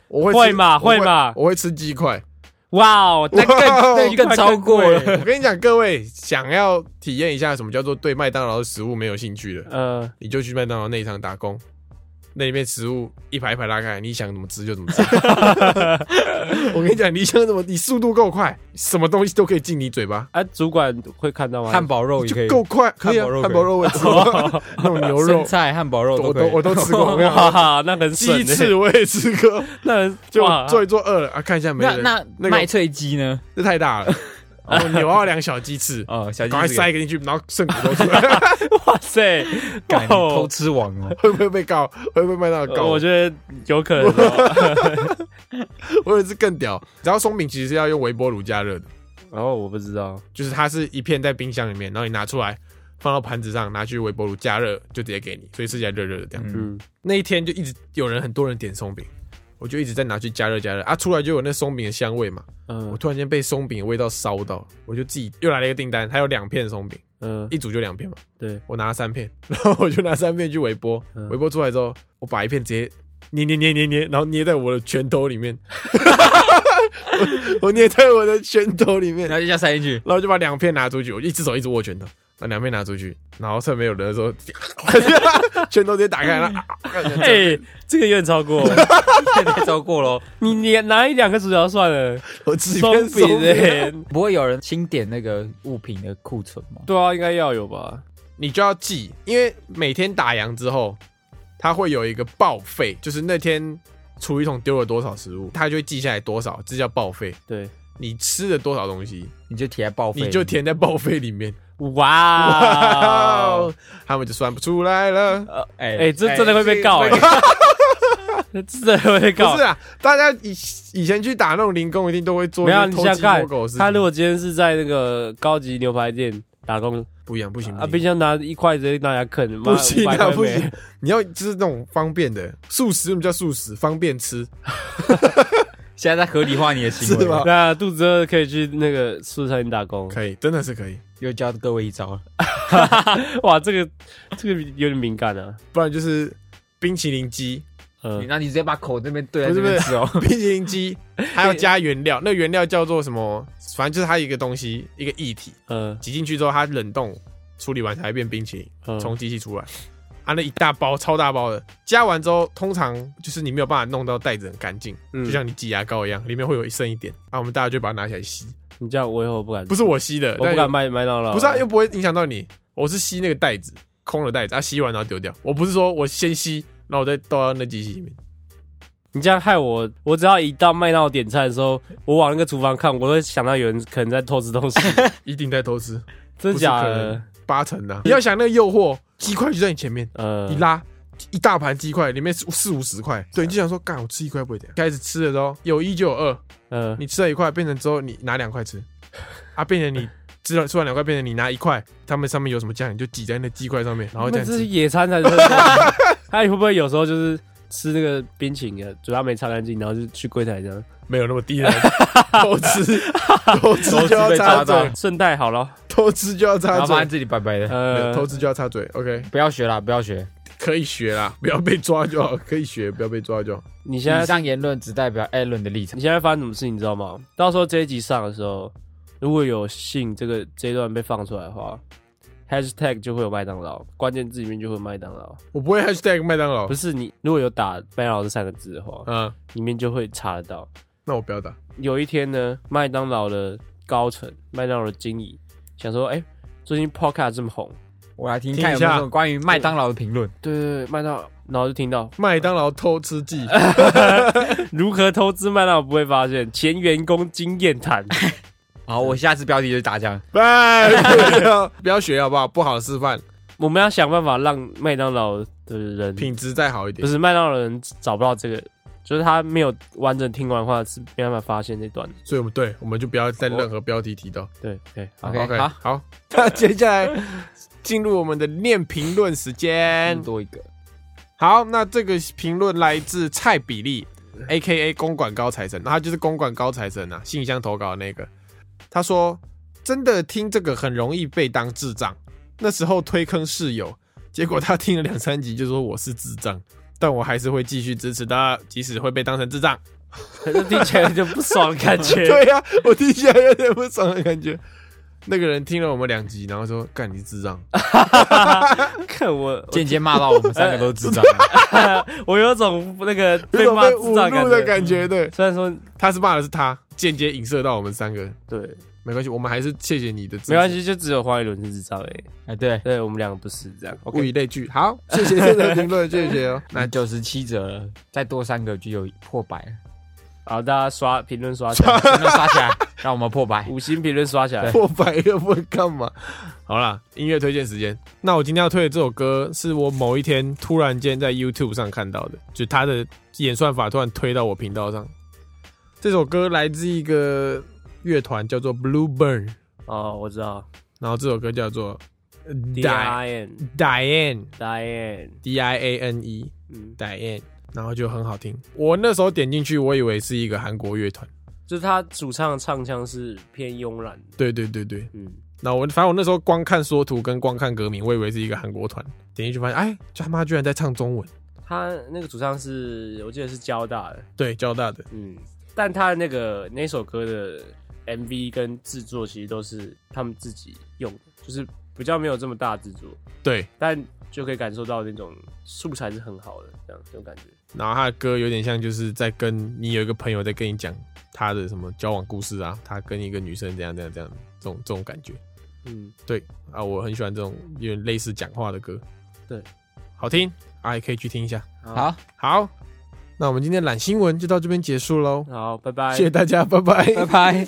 B: 我会吃
C: 会嘛
B: 我会
C: 会嘛
B: 我会吃鸡块。
C: 哇哦，
D: 那更
B: 哇哦
D: 那更超过了。
B: 我跟你讲，各位想要体验一下什么叫做对麦当劳的食物没有兴趣的，
C: 呃，
B: 你就去麦当劳内场打工，那里面食物一排一排拉开，你想怎么吃就怎么吃。我跟你讲，你想怎么，你速度够快，什么东西都可以进你嘴巴，
C: 啊，主管会看到吗？
D: 汉堡肉也
B: 就
D: 可以，
B: 够快，可以啊
D: 汉堡肉
B: 汉堡肉我
D: 可以
B: 也吃过，那种牛
D: 生
B: 肉
D: 菜、汉堡肉
B: 我
D: 都可
B: 都
D: 以。
B: 我都吃 过，我跟你
C: 哇，
B: 讲。
C: 哈，那很
B: 鸡
C: 省
B: 翅
C: 欸，
B: 我也吃过，
C: 那很
B: 就
C: 哇
B: 做一做饿了啊，看一下没
D: 那
B: 人，
D: 那
B: 那个
D: 麦脆鸡呢？
B: 这太大了，然后扭到两小鸡翅，
D: 哦，小鸡
B: 赶快
D: 翅
B: 塞一个进去，然后剩骨头出来，
C: 哇塞，
D: 干你
C: 哦
D: 偷吃王哦。
B: 会不会被告？会不会麦当劳告
C: 我
B: 我？
C: 觉得有可能哦。
B: 我有一次更屌，然后松饼其实是要用微波炉加热的，
C: 然后哦我不知道，
B: 就是它是一片在冰箱里面，然后你拿出来放到盘子上，拿去微波炉加热，就直接给你，所以吃起来热热的这样。
D: 嗯，
C: 嗯，
B: 那一天就一直有人很多人点松饼，我就一直在拿去加热加热啊，出来就有那松饼的香味嘛。我
C: 嗯
B: 突然间被松饼的味道烧到，我就自己又来了一个订单，它有两片松饼，
C: 嗯，
B: 一组就两片嘛，
C: 对，
B: 我拿了三片，然后我就拿三片去微波，
C: 嗯
B: 微波出来之后，我把一片直接捏捏捏捏捏，然后捏在我的拳头里 面，我我捏在我的拳头里面，
D: 然后就这样塞进去，
B: 然后就把两片拿出去，我就一只手一直握拳头，把两片拿出去，然后趁没有人的 时候， 拳头直接打开了，啊
C: 哎，这个有点超过，
D: 太超过喽。
C: 你你拿一两个薯条算了，
B: 我自己
C: 松饼哎，
D: 不会有人清点那个物品的库存吗？
C: 对啊，应该要有吧？
B: 你就要记，因为每天打烊之后，它会有一个报废，就是那天厨余桶丢了多少食物，它就会记下来多少，这叫报废。
C: 对，
B: 你吃了多少东西，
D: 你就填在报废，
B: 你就。填在报废里面。
C: 哇哦，
B: 他们就算不出来了。
D: 哎
C: 哎，这真的会被告哎，这 真的会被告
B: 不是。啊，大家以以前去打那种零工，一定都会做
C: 没有
B: 那
C: 你
B: 种偷
C: 想
B: 鸡
C: 想看
B: 摸狗的事情。
C: 他如果今天是在那个高级牛排店打工，
B: 不一样，不行，
C: 啊，
B: 不
C: 冰
B: 行，
C: 箱拿一块直接拿来啃，妈
B: 不行
C: 500块
B: 啊，不
C: 美
B: 行！你要就是那种方便的素食，我们叫素食，方便吃，
D: 现在在合理化你的行为，
B: 是吧
C: 那啊肚子饿可以去那个素餐厅打 工。
B: 可以，真的是可以。
D: 又教各位一招了。
C: 哇，这个这个有点敏感啊。
B: 不然就是冰淇淋鸡，
C: 嗯，
D: 那你直接把口这边对在
B: 不
D: 这
B: 是不
D: 边
B: 是
D: 吃哦。
B: 冰淇淋鸡，还要加原料，那原料叫做什么？反正就是它一个东西，一个液体，
C: 嗯
B: 挤进去之后它冷冻处理完才会变冰淇淋，
C: 嗯，
B: 从机器出来。啊，那一大包超大包的，加完之后，通常就是你没有办法弄到袋子很干净，
C: 嗯
B: 就像你挤牙膏一样，里面会有一剩一点，啊，我们大家就把它拿起来吸，
C: 你这样我以后不敢，
B: 不是我吸的，
C: 我
B: 但
C: 不敢麦麦当劳，
B: 不是、啊，又不会影响到你。我是吸那个袋子，空的袋子，啊，吸完然后丢掉。我不是说我先吸，然后我再倒到那机器里面。
C: 你这样害我，我只要一到麦当劳点菜的时候，我往那个厨房看，我会想到有人可能在偷 吃东西，
B: 一定在偷吃，
C: 真的假
B: 不是可
C: 的
B: 能？八成啊！你要想那个诱惑，鸡块就在你前面，
C: 呃
B: 你，拉一大盘鸡块，里面四四五十块，
C: 嗯
B: 对，你就想说，干，我吃一块不会怎样。开始吃的时候有一就有二，
C: 呃，
B: 你吃了一块，变成之后你拿两块 吃，啊，变成你吃了吃完两块，变成你拿一块，他们上面有什么酱，你就挤在那鸡块上面，然后
C: 你
B: 这样
C: 们这
B: 吃。
C: 是野餐才 是。他会不会有时候就是吃那个冰淇淋，啊嘴巴没擦干净，然后就去柜台这样？
B: 没有那么低了，偷 吃，偷吃就要
C: 被
B: 插
C: 抓
B: 嘴
C: 到，，顺带好了。
B: 偷吃就要
D: 然
B: 插嘴
D: 后发现。自己白白的，
B: 没有
C: 呃，
B: 偷吃就要插嘴，OK，
D: 不要学啦，不要学。
B: 可以学啦，不要被抓就好，可以学，不要被抓就好。
C: 你现
D: 以
C: 在
D: 上言论只代表艾伦的立场
C: 你。现在发生什么事情，你知道吗？到时候这一集上的时候，如果有信这个这一段被放出来的话，#hashtag 就会有麦当劳，关键字里面就会有麦当劳。
B: 我不会 hashtag 麦当劳
C: 不，是你如果有打麦当劳这三个字的话，
B: 嗯，
C: 里面就会查得到。
B: 那我不要打。
C: 有一天呢，麦当劳的高层、麦当劳的经理想说，哎、最近 Podcast 这么红，
D: 我来听
B: 听
D: 看有
B: 一
D: 没有
B: 下
D: 什么关于麦当劳的评论。
C: 对对对，麦当劳，然后就听到
B: 麦当劳偷吃记，
C: 如何投资麦当劳不会发现，前员工经验谈。
D: 好，我下次标题就是打酱。
B: 拜， 不要不要学好不好？不好的示范，
C: 我们要想办法让麦当劳的人，
B: 品质再好一点
C: 不。是麦当劳的人找不到这个，就是他没有完整听完的话是没办法发现这段的。
B: 所以我们对，我们就不要在任何标题提到。
C: 对对，好
D: OK，
B: OK，
D: 好
B: 好，那接下来进入我们的念评论时间。
D: 多一 个，
B: 好，那这个评论来自蔡比利，A K A 公馆高材生，那他就是公馆高材生啊，信箱投稿的那个。他说：“真的听这个很容易被当智障，那时候推坑室友，结果他听了两三集就说我是智障，但我还是会继续支持他，即使会被当成智 障。
C: 可是 听起来就不爽的感 觉。
B: 对呀、我听起来有点不爽的感觉。那个人听了我们两集，然后说：“干你是智障。
C: 看我，
D: 间接骂到我们三个都智障。 啊
C: 我有种那个”
B: 有
C: 被
B: 种
C: 骂
B: 被
C: 智
B: 侮
C: 障
B: 辱
C: 的
B: 的
C: 感
B: 感觉。
C: 觉。
B: 对，
C: 虽然说
B: 他是骂的是他，间接影射到我们三个，
C: 对，
B: 没关系，我们还是谢谢你的支持，
C: 没关系，就只有黄一伦是智障哎、
D: 哎，对，
C: 对我们两个不是这样。
B: 物
C: OK，
B: 以类聚。好， 谢谢这个评论，谢 谢哦。
D: 那九十七折了，再多三个就有破百 了，
C: 好，大家刷评论刷起来，
D: 有没有刷起 来？让我们破百。
C: 五星评论刷起来。
B: 破百又不会干嘛？好啦，音乐推荐时间。那我今天要推的这首歌，是我某一天突然间在 YouTube 上看到的，就它的演算法突然推到我频道上。这首歌来自一个乐团叫做 Bluebird，
C: 哦，我知道
B: 然后这首歌叫做呃
C: d
B: Di-
C: i a n
B: Diane
C: d i a n
B: D I A N E
C: 嗯，
B: Diane，然后就很好听。我那时候点进去，我以为是一个韩国乐团。
C: 就是他主唱的唱腔是偏慵懒的，
B: 对对对对，
C: 嗯，
B: 那我反正我那时候光看缩图跟光看歌名，我以为是一个韩国团，点进去发现，哎，他妈居然在唱中文。
C: 他那个主唱是我记得是交大的，
B: 对，交大的，
C: 嗯，但他那个那首歌的 MV 跟制作其实都是他们自己用的，就是比较没有这么大制作，
B: 对。
C: 但就可以感受到那种素材是很好的，这样这种感觉。
B: 然后他的歌有点像就是在跟你有一个朋友在跟你讲他的什么交往故事啊，他跟一个女生怎样怎样怎样，这种这种感觉。
C: 嗯，
B: 对啊，我很喜欢这种有点类似讲话的歌。
C: 对，
B: 好听啊，也可以去听一下。
D: 好，
B: 好，那我们今天懒新闻就到这边结束喽，
C: 好，拜拜，
B: 谢谢大家，拜拜。
D: 拜拜。